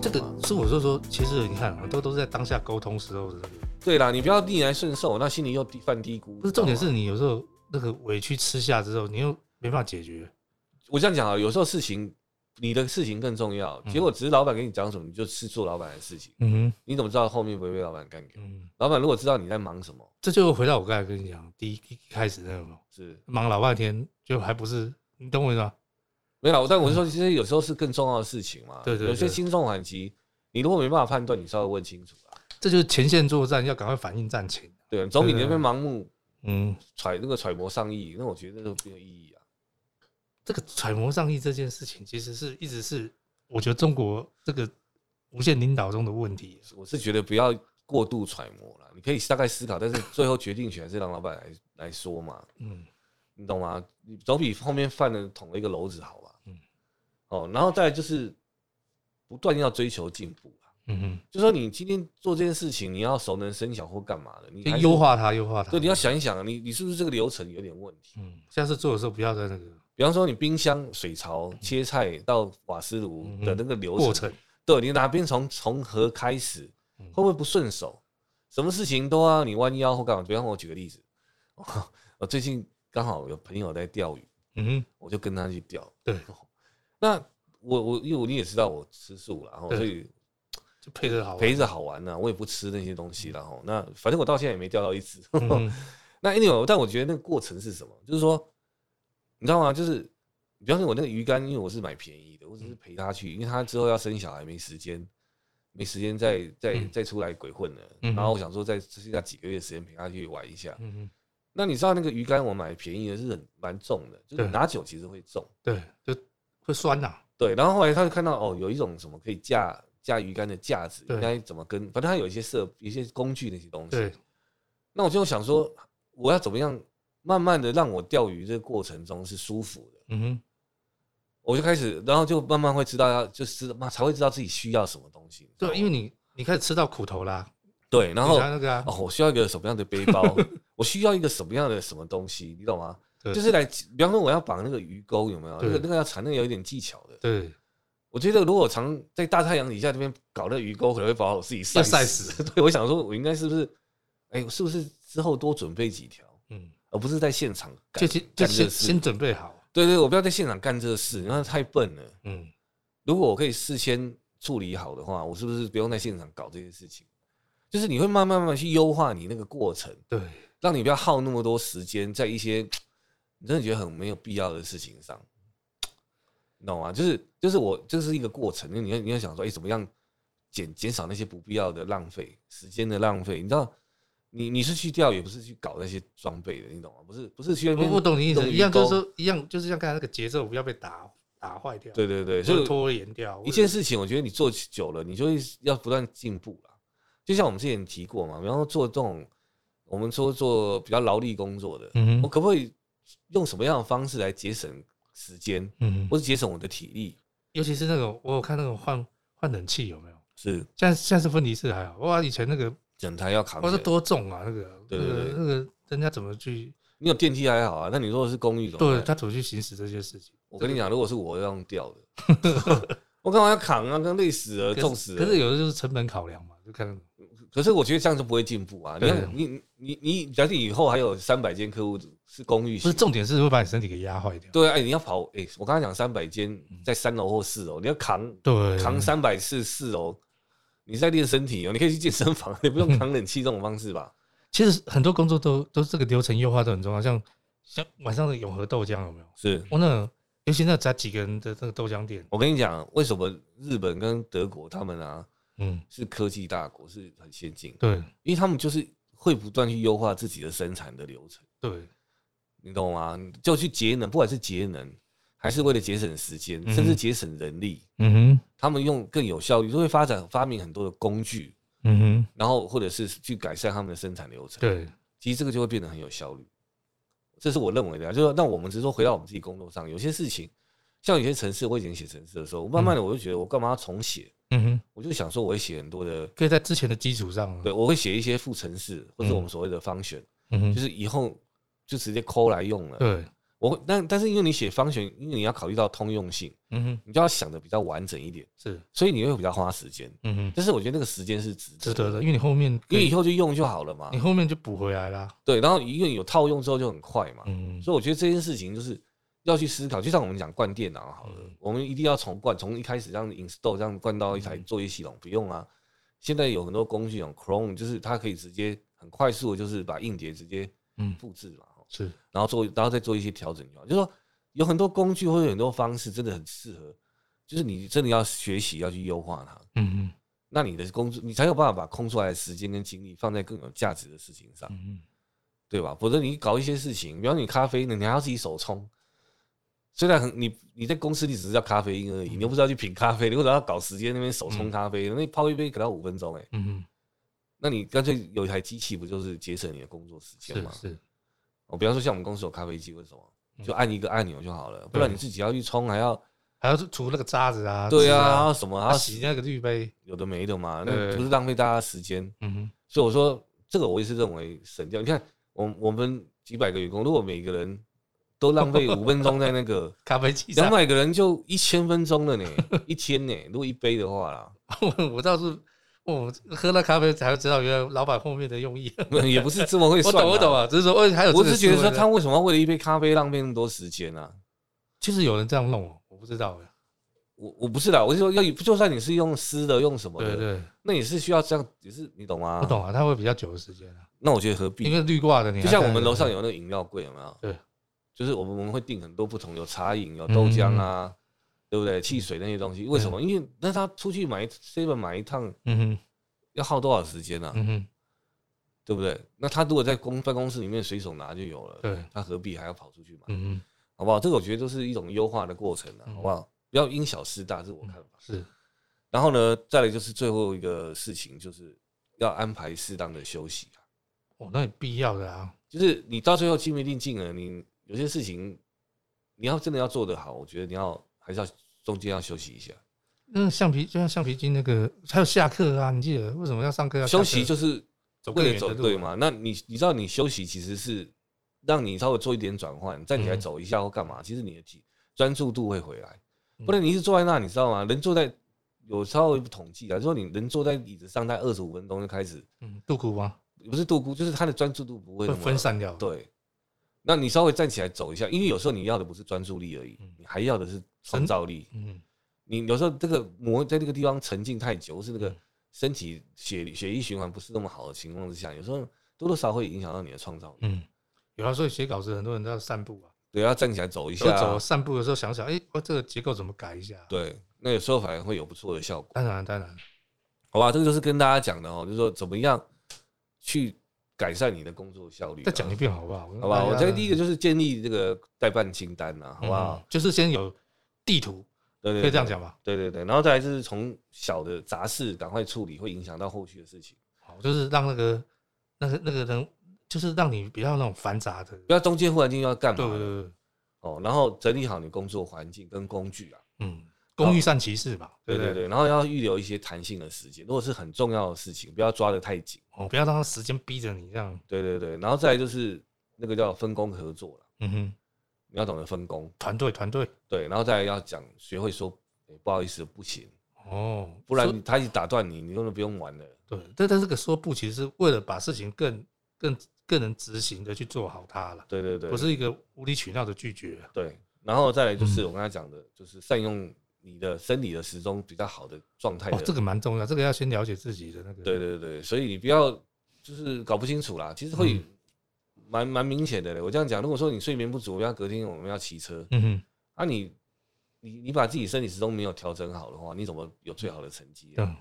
A: 这个是我就说，其实你看，很啊多都是在当下沟通时候的那个。
B: 对啦，你不要逆来顺受，那心里又低犯低估。
A: 不是重点
B: 你
A: 是
B: 知道吗，
A: 你有时候那个委屈吃下之后，你又没办法解决。
B: 我这样讲啊，有时候事情你的事情更重要，结果只是老板跟你讲什么，你就是做老板的事情，
A: 嗯哼，
B: 你怎么知道后面不会被老板干掉？
A: 嗯，
B: 老板如果知道你在忙什么，
A: 这就回到我刚才跟你讲，第一一开始那种
B: 是
A: 忙老半天，就还不是你懂我意思吗？
B: 没有啦，但我是说，其实有时候是更重要的事情嘛。
A: 嗯对对对
B: 有些轻重缓急，你如果没办法判断，你稍微问清楚啦。
A: 这就是前线作战，要赶快反应战情。
B: 对，总比你
A: 对
B: 那
A: 啊
B: 边盲目
A: 嗯，
B: 揣那个揣摩上意，那我觉得那都没有意义啊。
A: 这个揣摩上意这件事情，其实是一直是我觉得中国这个无限领导中的问题。啊
B: 我是觉得不要过度揣摩啦，你可以大概思考，但是最后决定权还是让老板来来 说嘛，
A: 嗯，
B: 你懂吗？你总比后面犯了捅了一个篓子好吧？
A: 嗯
B: 哦，然后再来就是不断要追求进步啦。
A: 嗯哼，
B: 就说你今天做这件事情，你要熟能生巧或干嘛的，你
A: 就
B: 还是
A: 优。化它，优化它。
B: 对，你要想一想，你你是不是这个流程有点问题？
A: 嗯，下次做的时候不要再那个
B: 比方说，你冰箱、水槽、切菜到瓦斯炉的那个流程，
A: 嗯过程。
B: 对你哪边从从何开始，
A: 嗯
B: 会不会不顺手？什么事情都要你弯腰或干嘛？比方说我举个例子，哦 我最近刚好有朋友在钓鱼，
A: 嗯哼，
B: 我就跟他去钓。
A: 对，
B: 那我我因为我你也知道我吃素了，然后
A: 对
B: 所以
A: 就配合好。
B: 陪着好玩呢、我也不吃那些东西然后那反正我到现在也没钓到一只。
A: 嗯哼
B: 那 anyway，但我觉得那个过程是什么？就是说，你知道吗？就是比方说，我那个鱼竿，因为我是买便宜的，我只
A: 嗯
B: 是陪他去，因为他之后要生小孩，没时间，没时间再再
A: 嗯
B: 再出来鬼混了。
A: 嗯哼
B: 然后我想说，再剩下几个月时间陪他去玩一下。
A: 嗯哼，
B: 那你知道那个鱼竿我买便宜的是很蛮重的，就是
A: 对
B: 你拿久其实会重。
A: 对，就会酸呐、
B: 对，然后后来他就看到哦，有一种什么可以架架鱼竿的架子，
A: 对
B: 应该怎么跟？反正他有一些设有一些工具那些东西。
A: 对，
B: 那我就想说，
A: 嗯
B: 我要怎么样慢慢的让我钓鱼这个过程中是舒服的，
A: 嗯哼，
B: 我就开始，然后就慢慢会知道要就是嘛才会知道自己需要什么东西。
A: 对，因为你你开始吃到苦头啦，
B: 对，然后
A: 你才那个啊，
B: 哦，我需要一个什么样的背 包，我需要一个什么样的什么东西，你懂吗？
A: 对
B: 就是来，比方说我要绑那个鱼钩，有没有？那个
A: 对
B: 那个要缠，那个有一点技巧的。
A: 对，
B: 我觉得如果常在大太阳底下这边搞那鱼钩，可能会把我自己晒
A: 要晒
B: 死。 对，我想说，我应该是不是？哎、我是不是之后多准备几条，
A: 嗯，
B: 而不是在现场干
A: 就先就
B: 干这
A: 先
B: 事
A: 先准备好，
B: 对对，我不要在现场干这个事，那太笨了。
A: 嗯，
B: 如果我可以事先处理好的话，我是不是不用在现场搞这些事情？就是你会慢慢慢慢去优化你那个过程，
A: 对，
B: 让你不要耗那么多时间在一些你真的觉得很没有必要的事情上。你懂吗？就是就是我这是一个过程，你要你要想说，哎、怎么样减减少那些不必要的浪费时间的浪费？你知道，你你是去钓，也不是去搞那些装备的，你懂吗？不是不是去那
A: 我
B: 边，
A: 我懂你意思，
B: 弄鱼
A: 一样就是
B: 钩
A: 说，一样就是像刚才那个节奏，不要被打打坏掉，
B: 对对
A: 或
B: 对，
A: 者
B: 所以
A: 拖延掉
B: 一件，事情，我觉得你做久了，你就会要不断进步了。就像我们之前提过嘛，比方说做这种，我们说做比较劳力工作的，
A: 嗯
B: 我可不可以用什么样的方式来节省时间，
A: 嗯，
B: 或是节省我的体力？
A: 尤其是那种我有看那种换换冷气有没有？
B: 是
A: 现在现在是分离式还好，哇，以前那个
B: 整台要扛
A: 哇
B: 起
A: 是
B: 来。
A: 多重啊，那个那
B: 对对
A: 个
B: 对
A: 那个人家怎么去，
B: 你有电梯还好啊，那你如果是公寓怎么
A: 对
B: 办？
A: 他怎么去行使这些事情？
B: 我跟你讲，如果是我要用吊的， 我干嘛要扛啊？刚累死了，
A: 可是
B: 重死了。
A: 可是有的就是成本考量嘛，就看
B: 可是我觉得这样就不会进步啊！你
A: 对
B: 看，你你你，假设以后还有三百间客户是公寓
A: 不
B: 型
A: 是，重点是会把你身体给压坏掉，
B: 对啊，哎、你要跑，哎、我刚才讲三百间在三楼或四楼，你要扛
A: 嗯对，
B: 扛三百次四楼，你是在练身体哦，你可以去健身房， 你不
A: 嗯
B: 用扛冷气这种方式吧？
A: 其实很多工作都都这个流程优化都很重要，像像晚上的永和豆浆有没有？
B: 是
A: 我那尤其那才几个人的那个豆浆店，
B: 我跟你讲，为什么日本跟德国他们啊
A: 嗯，
B: 是科技大国，是很先进，
A: 对
B: 因为他们就是会不断去优化自己的生产的流程，
A: 对，
B: 你懂吗？就去节能，不管是节能还是为了节省时间，
A: 嗯
B: 甚至节省人力，
A: 嗯哼，
B: 他们用更有效率，就会发展发明很多的工具，
A: 嗯哼，
B: 然后或者是去改善他们的生产流程。
A: 对，
B: 其实这个就会变得很有效率。这是我认为的、啊，就是那我们只是说回到我们自己工作上，有些事情，像有些城市，我以前写城市的时候，慢慢的我就觉得我干嘛要重写？
A: 嗯哼，
B: 我就想说，我会写很多的，
A: 可以在之前的基础上，
B: 对，我会写一些副城市或者
A: 嗯
B: 我们所谓的方选，
A: 嗯
B: 就
A: 哼，
B: 是以后就直接抠来用了。
A: 对，
B: 我会，但但是因为你写方选，因为你要考虑到通用性，
A: 嗯哼，
B: 你就要想的比较完整一点，
A: 是，
B: 所以你会比较花时间。
A: 嗯哼，
B: 但是我觉得那个时间是值
A: 值得
B: 得的，
A: 的，因为你后面可
B: 因为
A: 以，
B: 以后就用就好了嘛
A: 你。后面就补回来啦，
B: 对，然后因为有套用之后就很快嘛。
A: 嗯，
B: 所以我觉得这件事情就是要去思考，就像我们讲灌电脑好了，
A: 嗯
B: 我们一定要从灌从一开始这样 install 这样灌到一台
A: 嗯
B: 作业系统，不用啊。现在有很多工具，有 Chrome，就是它可以直接很快速的，就是把硬碟直接
A: 嗯
B: 复制嘛，哦
A: 是，
B: 然后做，然后再做一些调整就好。就是说有很多工具或者有很多方式，真的很适合，就是你真的要学习要去优化它，
A: 嗯哼，
B: 那你的工作你才有办法把空出来的时间跟精力放在更有价值的事情上。
A: 嗯哼，
B: 对吧？否则你搞一些事情，比方你咖啡呢，你还要自己手冲。虽然很你你在公司你只是叫咖啡因而已，
A: 嗯
B: 你又不知道去品咖啡，你为什么要搞时间那边手冲咖啡？那你泡一杯可能要五分钟哎、
A: 嗯哼，
B: 那你干脆有一台机器不就是节省你的工作时间
A: 是
B: 吗？
A: 是，
B: 哦，比方说像我们公司有咖啡机，为什么
A: 嗯
B: 就按一个按钮就好了？不然你自己要去冲，还要
A: 还要除那个渣子啊，
B: 对
A: 汁
B: 啊，还，要什么，还
A: 啊
B: 要
A: 洗那个滤杯，
B: 有的没的嘛，
A: 对
B: 那不是浪费大家时间？
A: 嗯哼，
B: 所以我说这个我也是认为省掉。你看，我我们几百个员工，如果每个人都浪费五分钟在那 个，
A: 咖啡机
B: 两
A: 上，
B: 百个人就一千分钟了呢，一天呢，如果一杯的话啦，
A: 我倒是。我喝了咖啡才会知道，原来老板后面的用意。
B: 也不是这么会
A: 我
B: 算、
A: 懂，我懂。啊，只是说，哦，还有这
B: 我
A: 个思维的，
B: 只是觉得说，他为什么要为了一杯咖啡浪费那么多时间啊？
A: 其实有人这样弄哦，我不知道耶。
B: 我我不是啦，我是说要就算你是用湿的，用什么
A: 对
B: 的，
A: 对，
B: 那也是需要这样，也是你懂吗？
A: 不。懂啊，他会比较久的时间啊，
B: 那我觉得何
A: 因
B: 必？
A: 为绿挂的你还
B: 就
A: 在，
B: 像我们楼上有那个饮料柜，有没有？
A: 啊对，
B: 就是我们我们会订很多不同，有茶饮，有豆浆
A: 嗯
B: 啊，对不对？汽水那些东西，为什么？因为那他出去买 seven 买一趟
A: 嗯
B: 要耗多少时间啊
A: 哼，？嗯哼，
B: 对不对？那他如果在公办公室里面随手拿就有了，
A: 对，
B: 他何必还要跑出去买？
A: 嗯
B: 好不好？这个我觉得都是一种优化的过程啊，
A: 嗯
B: 好不好？不要因小失大，这是我看法
A: 哼，。是，
B: 然后呢，再来就是最后一个事情，就是要安排适当的休息啊。
A: 哦，那也必要的啊，
B: 就是你到最后尽没尽尽了，你有些事情你要真的要做得好，我觉得你要还是要中间要休息一下。
A: 那个橡皮就像橡皮筋那个，还有下课啊，你记得为什么要上课要下
B: 休
A: 课
B: 息就是
A: 走更
B: 为
A: 远
B: 了
A: 的
B: 走
A: 路啊
B: 对嘛？那你你知道你休息其实是让你稍微做一点转换，站起来走一下或干嘛，其实你的体专注度会回来。
A: 嗯
B: 不然你一直坐在那，你知道吗？人坐在有稍微统计啊，就说你人坐在椅子上待二十五分钟就开始，
A: 嗯，度骨吗？
B: 不是度孤，就是他的专注度不会
A: 会
B: 那么
A: 分散掉，，
B: 对，那你稍微站起来走一下，因为有时候你要的不是专注力而已
A: 嗯，
B: 你还要的是创造力。
A: 嗯，
B: 你有时候这个磨在这个地方沉浸太久，是那个
A: 嗯
B: 身体血血液循环不是那么好的情
A: 嗯
B: 况之下，有时候多多少少会影响到你的创造力。
A: 嗯，有啊，所以写稿子很多人都要散步啊，
B: 对，要站起来走一
A: 走
B: 下，
A: 走散步的时候想想，哎，我这个结构怎么改一下？，啊
B: 对，那有时候反而会有不错的效果，
A: 当然当然，
B: 好吧？这个就是跟大家讲的哦，就是说怎么样去改善你的工作效率啊、
A: 再讲一遍好不哎好？
B: 好吧？我觉得第一
A: 个
B: 个就是建立这个代办清单啊，好不好？
A: 就是先有地图，
B: 对对
A: 嗯可以这样，讲吧？
B: 对对对，然后再来就是从小的杂事赶快处理，会影响到后续的事情，
A: 好，就是让那个那个那个人，就是让你比较那种繁杂的，
B: 不要中间忽然间要干
A: 对对
B: 嘛
A: 对，对
B: 哦，然后整理好你工作环境跟工具啊，
A: 嗯，工欲善其事吧，
B: 对
A: 对不
B: 对
A: 对
B: 对，然后要预留一些弹性的时间，如果是很重要的事情，不要抓得太紧，
A: 哦，不要让时间逼着你这样，
B: 对对对，然后再来就是那个叫分工合作了，
A: 嗯哼，
B: 你要懂得分工，
A: 团队团队，
B: 对，然后再来要讲学会说、哎不好意思不行，
A: 哦，
B: 不然
A: 说
B: 你他一打断你，你根本不用玩了。
A: 对，但但这个说不，其实是为了把事情更更更能执行的去做好它了，
B: 对对对，
A: 不是一嗯个无理取闹的拒绝。
B: 对，然后再来就是我刚才讲的，就是善用你的生理的时钟比较好的状态的。
A: 哦，这个蛮重要，这个要先了解自己的那个。
B: 对对对，所以你不要就是搞不清楚啦，其实会
A: 嗯
B: 蛮蛮明显的嘞。我这样讲，如果说你睡眠不足，要隔天我们要骑车，
A: 嗯哼，
B: 啊你你你把自己生理时钟没有调整好的话，你怎么有最好的成绩啊？
A: 对。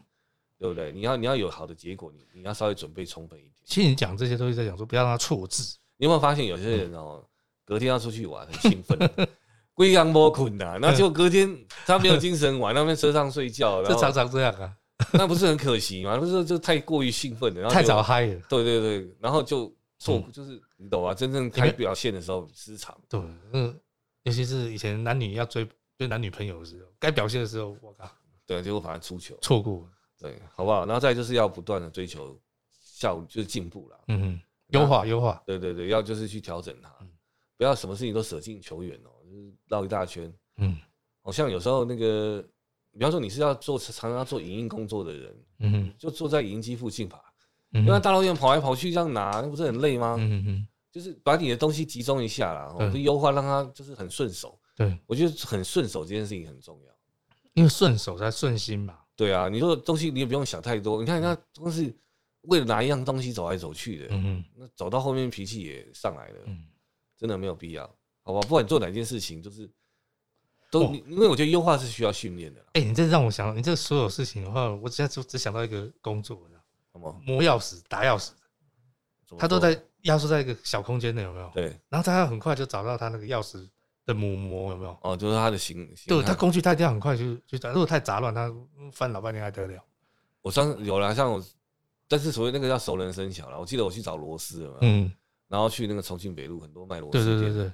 B: 对不对？你要你要有好的结果，你你要稍微准备充分一点。
A: 其实你讲这些都是在讲说，不要让它错字。
B: 你有没有发现有些人
A: 嗯
B: 哦，隔天要出去玩，很兴奋， 归阳摸困呐，
A: 嗯
B: 那就隔天他没有精神玩，那边车上 睡觉，然
A: 这常
B: 后
A: 常这样啊，
B: 那不是很可惜吗？不是就太过于兴奋了，然后就
A: 太早，嗨了。
B: 对对对，然后就错，
A: 嗯
B: 就是你懂吧？真正开表现的时候失常，
A: 对，嗯，尤其是以前男女要追追男女朋友的时候，该表现的时候，我靠，
B: 对，结果反而出糗，
A: 错过了。
B: 对，好不好？然后再就是要不断的追求效率，就是进步啦，
A: 嗯哼，优化优化。
B: 对对对，要就是去调整
A: 嗯
B: 它，不要什么事情都舍近求远哦，就是绕一大圈。
A: 嗯
B: 好像有时候那个，比方说你是要做常常做影音工作的人，
A: 嗯哼
B: 就坐在影音机附近吧，
A: 嗯
B: 因为
A: 哼
B: 大老远跑来跑去这样拿，那不是很累吗？
A: 嗯哼哼，
B: 就是把你的东西集中一下啦，哦
A: 嗯
B: 就优化让它就是很顺手。
A: 对，
B: 我觉得很顺手这件事情很重要。
A: 因为顺手才顺心嘛。
B: 对啊，你说东西你也不用想太多，你看他都是为了拿一样东西走来走去的，
A: 嗯哼
B: 那走到后面脾气也上来了，
A: 嗯，
B: 真的没有必要，好吧？不管做哪件事情，就是都、
A: 哦
B: 你因为我觉得优化是需要训练的啦，
A: 哎，你这让我想到，你这所有事情的话，我现在就只想到一个工作，
B: 好吗？
A: 磨钥匙、打钥匙，
B: 怎么
A: 他都
B: 说
A: 在压缩在一个小空间内，有没有？
B: 对
A: 然后他要很快就找到他那个钥匙的母模，有没有？
B: 哦，就是他的形形
A: 对，
B: 态
A: 他工具他一定要很快就就找，如果太杂乱，他翻老半天还得了？
B: 我上次有啦，像我，但是所谓那个叫熟能生巧了。我记得我去找螺丝了嘛，
A: 嗯，
B: 然后去那个重庆北路很多卖螺
A: 对
B: 丝店，
A: 对对对，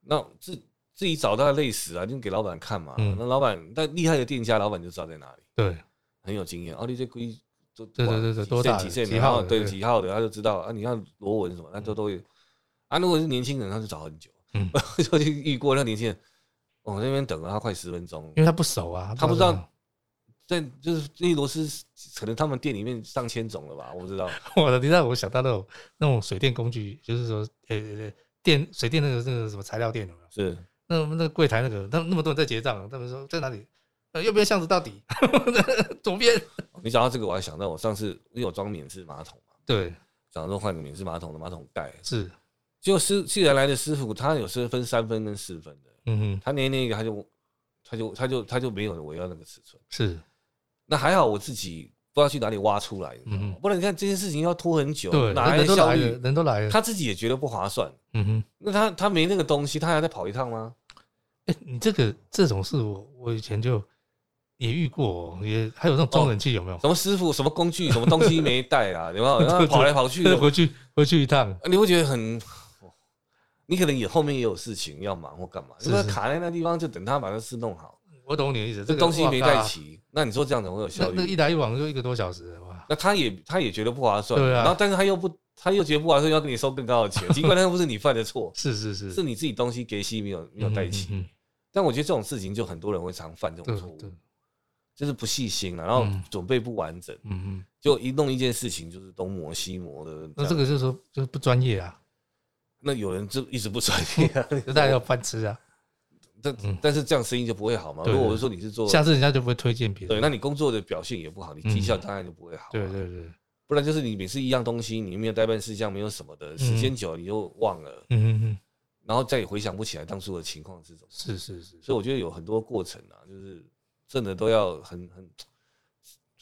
B: 那自自己找到累死啊，就给老板看嘛。
A: 嗯
B: 那老板，但厉害的店家，老板就知道在哪里，
A: 对，
B: 很有经验。哦，你这规都
A: 对对对对多大的
B: 几线
A: 几
B: 然后
A: 号的
B: 对
A: 对
B: 几号的，他就知道啊。你看螺纹什么，那都都有。啊，如果是年轻人，他就找很久。
A: 嗯
B: 我 就去遇过那年轻人，哦我在那边等了他快十分钟
A: 因，为他不熟啊，
B: 他不知道。但就是那些螺丝，可能他们店里面上千种了吧，我不知道。
A: 我的，你让我想到那种那种水电工具，就是说，呃、呃电水电那个那个什么材料店有没有？
B: 是，
A: 那那个柜台那个，那那么多人在结账，他们说在哪里？呃，右边巷子到底， 左边。
B: 哦你讲到这个，我还想到我上次因为我装免治马桶嘛，
A: 对，想
B: 想说换个免治马桶的马桶盖，
A: 是，
B: 结果师既然来的师傅，他有时候分三分跟四分的，
A: 嗯哼，
B: 他捏捏一个他就他就他就他就没有我要那个尺寸。
A: 是，
B: 那还好我自己不知道去哪里挖出来，你知道吗
A: 嗯
B: 不然你看这件事情要拖很久，
A: 对，
B: 哪来
A: 人
B: 的
A: 都
B: 效
A: 来了，
B: 率？
A: 人都来了。
B: 他自己也觉得不划算。
A: 嗯哼，
B: 那他他没那个东西，他还在跑一趟吗？
A: 哎、你这个这种事我，我以前就也遇过、哦，也还有那种装冷气有没有？，
B: 什么师傅，什么工具，什么东西没带啦？ 有没有？然后跑来跑去
A: 回去回去一趟，
B: 你会觉得很，哦你可能也后面也有事情要忙或干嘛，
A: 是
B: 因为
A: 是
B: 卡在那地方，就等他把那事弄好。
A: 我懂你的意思，
B: 这
A: 这个
B: 东西
A: 哇
B: 没
A: 靠
B: 带齐，那你说这样怎么会有
A: 那
B: 效
A: 那
B: 率
A: 一？来一往就一个多小时了哇！
B: 那他也他也觉得不划算，
A: 对啊，
B: 然后但是他又不他又觉得不划算，要跟你收更高的钱，尽管那又不是你犯的错
A: 是是是，
B: 是你自己东西给息没有没有带齐。
A: 嗯
B: 但我觉得这种事情就很多人会常犯这种
A: 对
B: 错误
A: 对，，
B: 就是不细心了，然后
A: 嗯
B: 准备不完整，
A: 嗯嗯，
B: 就一弄一件事情就是东磨西磨的样。
A: 那这个就是说就是不专业啊，
B: 那有人就一直不专 业啊，
A: 就大家要饭吃啊，
B: 但
A: 嗯
B: 但是这样生意就不会好嘛。
A: 对
B: 如果我说你是做
A: 下次人家就不会推荐别
B: 对，
A: 人。
B: 那你工作的表现也不好，你绩效当然就不会好。
A: 嗯对对对，
B: 不然就是你每次一样东西，你没有代办事项，没有什么的，时间久了你就忘了。
A: 嗯嗯嗯，
B: 然后再也回想不起来当初的情况是怎么。
A: 是是是，
B: 所以我觉得有很多过程啊，就是真的都要很很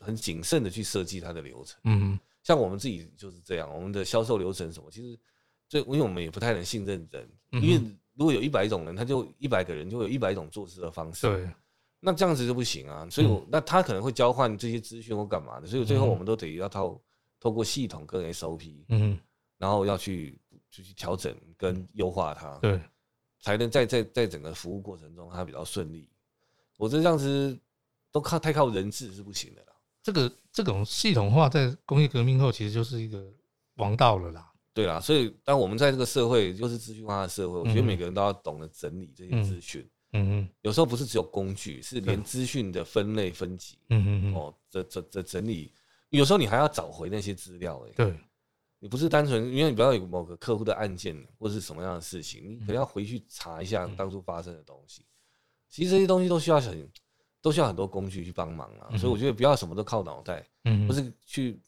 B: 很谨慎的去设计它的流程。
A: 嗯
B: 像我们自己就是这样，我们的销售流程什么，其实最因为我们也不太能信任人，
A: 嗯
B: 因
A: 哼
B: 为如果有一百种人，他就一百个人就会有一百种做事的方式。
A: 对，
B: 那这样子就不行啊。所以我、那他可能会交换这些资讯或干嘛的，所以最后
A: 嗯
B: 我们都得要透透过系统跟 SOP，
A: 嗯
B: 然后要去就去调整跟优化它，
A: 对，
B: 才能在在在整个服务过程中它比较顺利。我这样子都靠太靠人治是不行的啦。
A: 这个这种系统化在工业革命后其实就是一个王道了啦。
B: 对啦，所以当我们在这个社会，又是资讯化的社会，我觉得
A: 嗯
B: 每个人都要懂得整理这些资讯。
A: 嗯嗯
B: 有时候不是只有工具，是连资讯的分类分级
A: 嗯嗯嗯，
B: 哦，这这这整理，有时候你还要找回那些资料、欸。
A: 对，
B: 你不是单纯因为你不要有某个客户的案件或是什么样的事情，你可能要回去查一下当初发生的东西。其实这些东西都需要很都需要很多工具去帮忙啊，
A: 嗯
B: 所以我觉得不要什么都靠脑袋，
A: 嗯
B: 不是去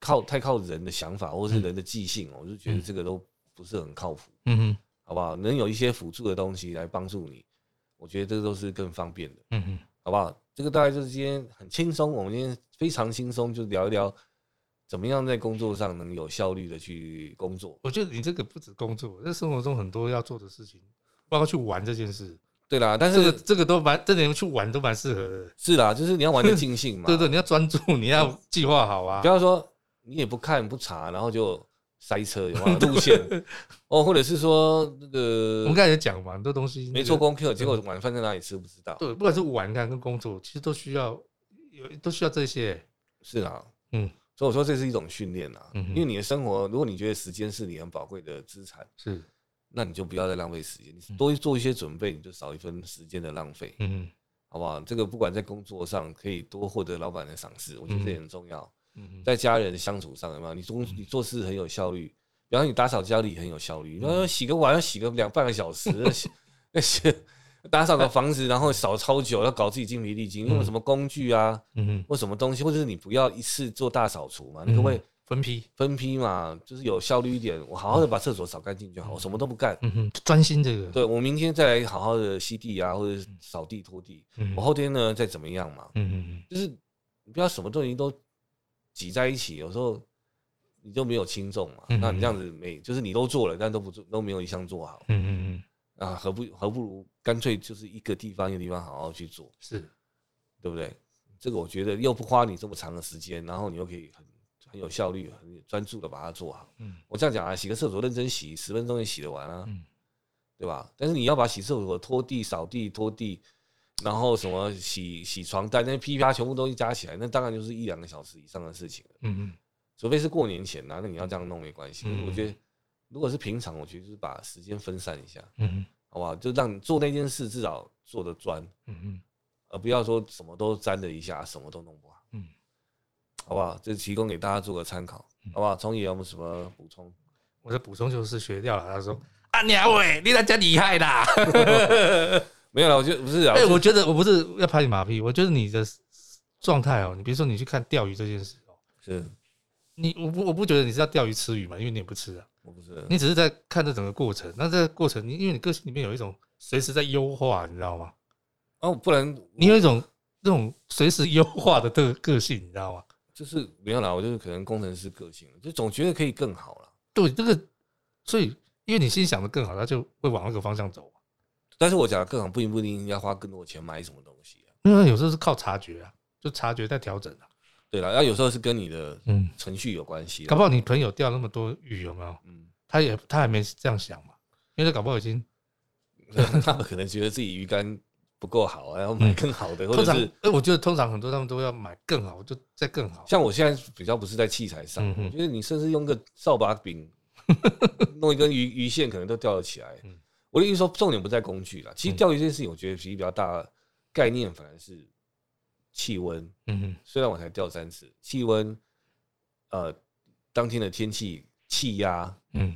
B: 靠太靠人的想法或是人的记性哦，我就觉得这个都不是很靠谱，
A: 嗯嗯
B: 好不好？能有一些辅助的东西来帮助你，我觉得这都是更方便的。
A: 嗯嗯，
B: 好不好？这个大概就是今天很轻松，我们今天非常轻松，就聊一聊怎么样在工作上能有效率的去工作。
A: 我觉得你这个不止工作，在生活中很多要做的事情，包括去玩这件事，
B: 对啦，但
A: 这个
B: 是
A: 这个都蛮，这点去玩都蛮适合的。
B: 是啦，就是你要玩的尽兴嘛，
A: 对对，你要专注，你要计划好啊
B: 不。要说你也不看不查，然后就塞车，有 没有路线？哦，或者是说那
A: 我
B: 个
A: 们刚才也讲嘛，很多东西
B: 没做，功课，结果晚饭在哪里吃不知道。
A: 嗯对，不管是玩啊跟工作，其实都需要有都需要这些。
B: 是啦，
A: 嗯，
B: 所以我说这是一种训练啦，
A: 嗯哼
B: 因为你的生活，如果你觉得时间是你很宝贵的资产，
A: 是，
B: 那你就不要再浪费时间，你多做一些准备，你就少一分时间的浪费。
A: 嗯
B: 好不好？这个不管在工作上可以多获得老板的赏识，我觉得这也很重要。
A: 嗯
B: 在家人相处上，有没有？你做你做事很有效率，比方说你打扫家里很有效
A: 嗯
B: 率，然后洗个碗要洗个两半个小 时，那些那些打扫个房子，然后扫超久，要搞自己精疲力尽，用什么工具啊，
A: 嗯
B: 或什么东西，或者是你不要一次做大扫除嘛，你可不可以
A: 分批，
B: 分批嘛？就是有效率一点，我好好的把厕所扫干净就好，我什么都不干。
A: 嗯哼，专心这个，
B: 对我明天再来好好的吸地啊，或者是扫地拖地，
A: 嗯
B: 我后天呢再怎么样嘛。
A: 嗯
B: 就是你不要什么东西都挤在一起，有时候你就没有轻重嘛。
A: 嗯
B: 那你这样子每就是你都做了，但都不做都没有一项做好
A: 嗯嗯嗯，
B: 啊，何不何不如干脆就是一个地方一个地方好好去做，
A: 是，
B: 对不对？这个我觉得又不花你这么长的时间，然后你又可以很很有效率、很专注的把它做好。
A: 嗯
B: 我这样讲啊，洗个厕所认真洗，十分钟也洗得完啊，
A: 嗯
B: 对吧？但是你要把洗厕所、拖地、扫地、拖地，然后什么洗洗床单那些噼里啪啦全部东西加起来，那当然就是一两个小时以上的事情了。
A: 嗯嗯
B: 除非是过年前啊，那你要这样弄没关系。
A: 嗯
B: 我觉得如果是平常，我觉得就是把时间分散一下，
A: 嗯
B: 好不好？就让你做那件事至少做得专，
A: 嗯嗯
B: 而呃不要说什么都沾了一下，什么都弄不好，
A: 嗯，
B: 好不好？这提供给大家做个参考，好不好？聪爷有没有什么补充？
A: 我的补充就是学掉了。他说啊，鸟伟，你在家厉害啦。
B: 没有了，我觉得不是啊，
A: 哎，
B: 我
A: 我觉得我不是要拍你马屁，我觉得你的状态哦，你比如说你去看钓鱼这件事哦，
B: 是
A: 你我不我不觉得你是要钓鱼吃鱼嘛，因为你也不吃啊，
B: 我不是
A: 你只是在看这整个过程。那这个过程，你因为你个性里面有一种随时在优化，你知道吗？
B: 哦，不然
A: 你有一种那种随时优化的个个性，你知道吗？
B: 就是没有啦，我就是可能工程师个性，就总觉得可以更好了。
A: 对，这个，所以因为你心想的更好，他就会往那个方向走。
B: 但是我讲的更好，不一定不一定要花更多的钱买什么东西啊。
A: 因为有时候是靠察觉啊，就察觉在调整啊。
B: 对了，那有时候是跟你的
A: 嗯，
B: 程序有关系啦。
A: 搞不好你朋友钓那么多鱼，有没有？
B: 嗯，
A: 他也他还没这样想嘛，因为他搞不好已经
B: 他们可能觉得自己鱼竿不够好啊，要买更好的，或
A: 嗯通
B: 者
A: 常，
B: 是
A: 哎，我觉得通常很多他们都要买更好，就再更好。
B: 像我现在比较不是在器材上
A: 嗯，哼
B: 我觉得你甚至用个扫把 柄弄一根鱼鱼线，可能都钓得起来
A: 嗯。
B: 我的意思说，重点不在工具啦。其实钓鱼这件事情，我觉得其实比较大的概念反而是气温。
A: 嗯哼
B: 虽然我才钓三次，气温，呃，当天的天气、气压，
A: 嗯，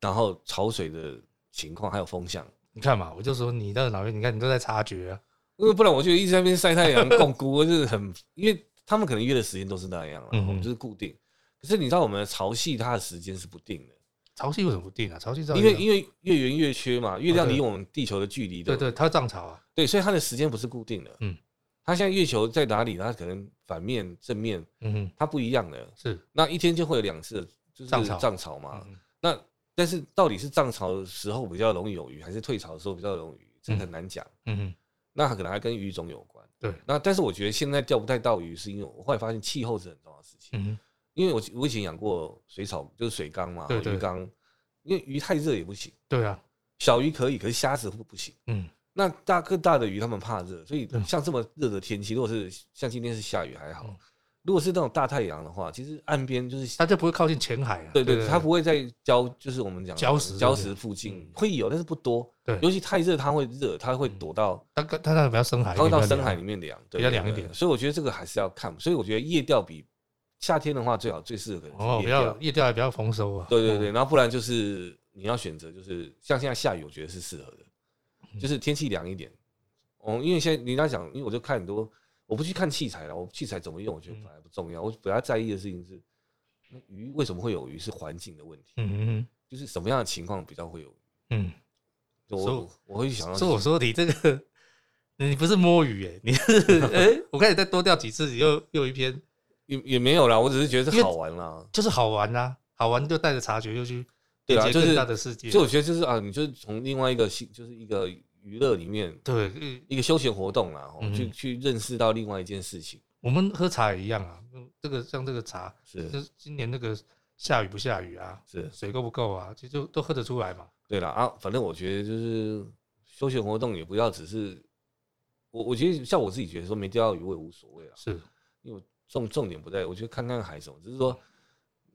B: 然后潮水的情况，还有风向。
A: 你看嘛，我就说你的老岳，你看你都在察觉啊。
B: 因为不然我就一直在那边晒太阳、共估，就是很，因为他们可能约的时间都是那样了，
A: 嗯哼
B: 我们就是固定。可是你知道我们的潮汐它的时间是不定的，
A: 潮汐为什么不定啊？潮汐照样
B: 因为因为月圆月缺嘛，月亮离我们地球的距离
A: 哦对
B: 的，
A: 对，它涨潮啊，
B: 对，所以它的时间不是固定的。
A: 嗯，
B: 它现在月球在哪里？它可能反面、正面，
A: 嗯哼，
B: 它不一样的。
A: 是
B: 那一天就会有两次的，就是
A: 涨潮
B: 涨潮嘛。
A: 嗯
B: 那但是到底是涨潮的时候比较容易有鱼，还是退潮的时候比较容易有鱼，这很难讲。
A: 嗯哼，
B: 那可能还跟鱼种有关。
A: 对，
B: 那但是我觉得现在钓不太到鱼，是因为我后来发现气候是很重要的事情。
A: 嗯哼，
B: 因为我我以前养过水草，就是水缸嘛，
A: 对对
B: 鱼缸，因为鱼太热也不行，
A: 对啊，
B: 小鱼可以，可是虾子不行。
A: 嗯
B: 那大更大的鱼它们怕热，所以
A: 对
B: 像这么热的天气，如果是像今天是下雨还好
A: 嗯，
B: 如果是那种大太阳的话，其实岸边就是
A: 它就不会靠近浅海啊，
B: 对对，它不会在礁，就是我们讲的
A: 礁石
B: 礁石附近会有，但是不多。
A: 嗯对嗯
B: 尤其太热，它会热，它会躲到
A: 它它它那比较深海一
B: 它
A: 点，
B: 会到
A: 比较
B: 深
A: 凉
B: 海里面凉，对
A: 比较凉一
B: 对
A: 点
B: 所以我觉得这个还是要看，所以我觉得夜钓比夏天的话最好最适合可能
A: 哦，
B: 是
A: 比
B: 夜钓
A: 较，夜钓也比较丰收啊，
B: 对对对，然后不然就是你要选择，就是像现在下雨，我觉得是适合的，
A: 嗯
B: 就是天气凉一点。哦，因为现在人家讲，因为我就看很多，我不去看器材了，我器材怎么用，我觉得
A: 嗯
B: 本来不重要，我比较在意的事情是，那鱼为什么会有鱼是环境的问题，
A: 嗯，嗯
B: 就是什么样的情况比较会有鱼。
A: 嗯
B: 就
A: 所以
B: 我我会
A: 嗯，
B: 想到
A: 所以我说你这个，你不是摸鱼哎、你 是哎、我看你再多钓几次，你又又一篇，
B: 也也没有啦，我只是觉得
A: 因为
B: 是好玩啦。
A: 就是好玩啊，好玩就带着察觉又去
B: 对啊
A: 连接
B: 就是
A: 更大的世界，
B: 所以我觉得就是啊，你就是从另外一个兴，就是一个娱乐里面
A: 对，嗯
B: 一个休闲活动啦，哦
A: 嗯
B: 去去认识到另外一件事情。
A: 我们喝茶也一样啊，嗯这个像这个茶，
B: 是
A: 就是今年那个下雨不下雨啊，
B: 是，
A: 水够不够啊，其实就都喝得出来嘛。
B: 对了啊，反正我觉得就是休闲活动也不要只是我，我觉得像我自己觉得说没钓到鱼我也无所谓了，
A: 是，
B: 因为我重重点不在，我觉得看看海什么，只是说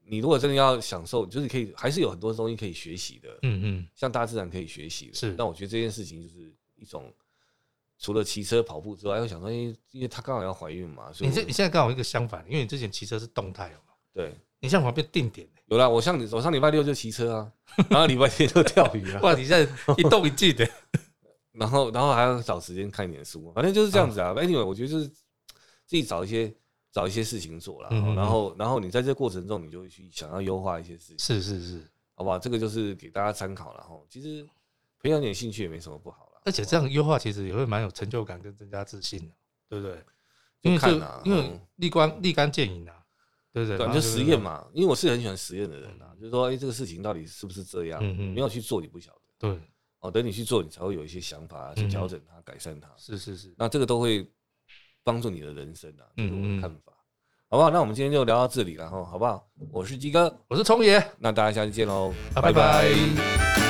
B: 你如果真的要享受，就是可以还是有很多东西可以学习的，
A: 嗯嗯，
B: 像大自然可以学习的。
A: 是
B: 那我觉得这件事情就是一种除了骑车跑步之外，我想说，哎、因为她刚好要怀孕嘛，所以
A: 你这
B: 我
A: 你现在刚好一个相反，因为你之前骑车是动态的嘛，
B: 对。
A: 你现在旁边定点、欸，
B: 有啦，我上我上礼拜六就骑车啊，然后礼拜天就钓鱼 啊，
A: 哇，你现在一动一静 的、
B: 然后然后还要找时间看一点书，反正就是这样子
A: 嗯
B: 啊。anyway，我觉得就是自己找一些找一些事情做啦，
A: 嗯嗯嗯
B: 然后然后你在这过程中，你就会去想要优化一些事情，
A: 是是是，
B: 好不好？这个就是给大家参考了哈。其实培养点兴趣也没什么不好啦。
A: 而且这样优化其实也会蛮有成就感跟增加自信的，对不对？因为
B: 就看
A: 就
B: 啊
A: 因为
B: 嗯
A: 立竿立竿见影啊，对不对？
B: 对啊，
A: 然
B: 就
A: 后
B: 实验，嘛，因为我是很喜欢实验的人啊，就是说，哎，这个事情到底是不是这样？
A: 嗯嗯
B: 你没有去做，你不晓得。
A: 对，
B: 哦，等你去做，你才会有一些想法
A: 嗯
B: 啊，去调整它、改善它。
A: 是是是，
B: 那这个都会帮助你的人生啊，这是我
A: 嗯嗯
B: 的看法，好不好？那我们今天就聊到这里了哈，好不好？我是鸡哥，
A: 我是聪爷，
B: 那大家下次见喽，
A: 啊，拜拜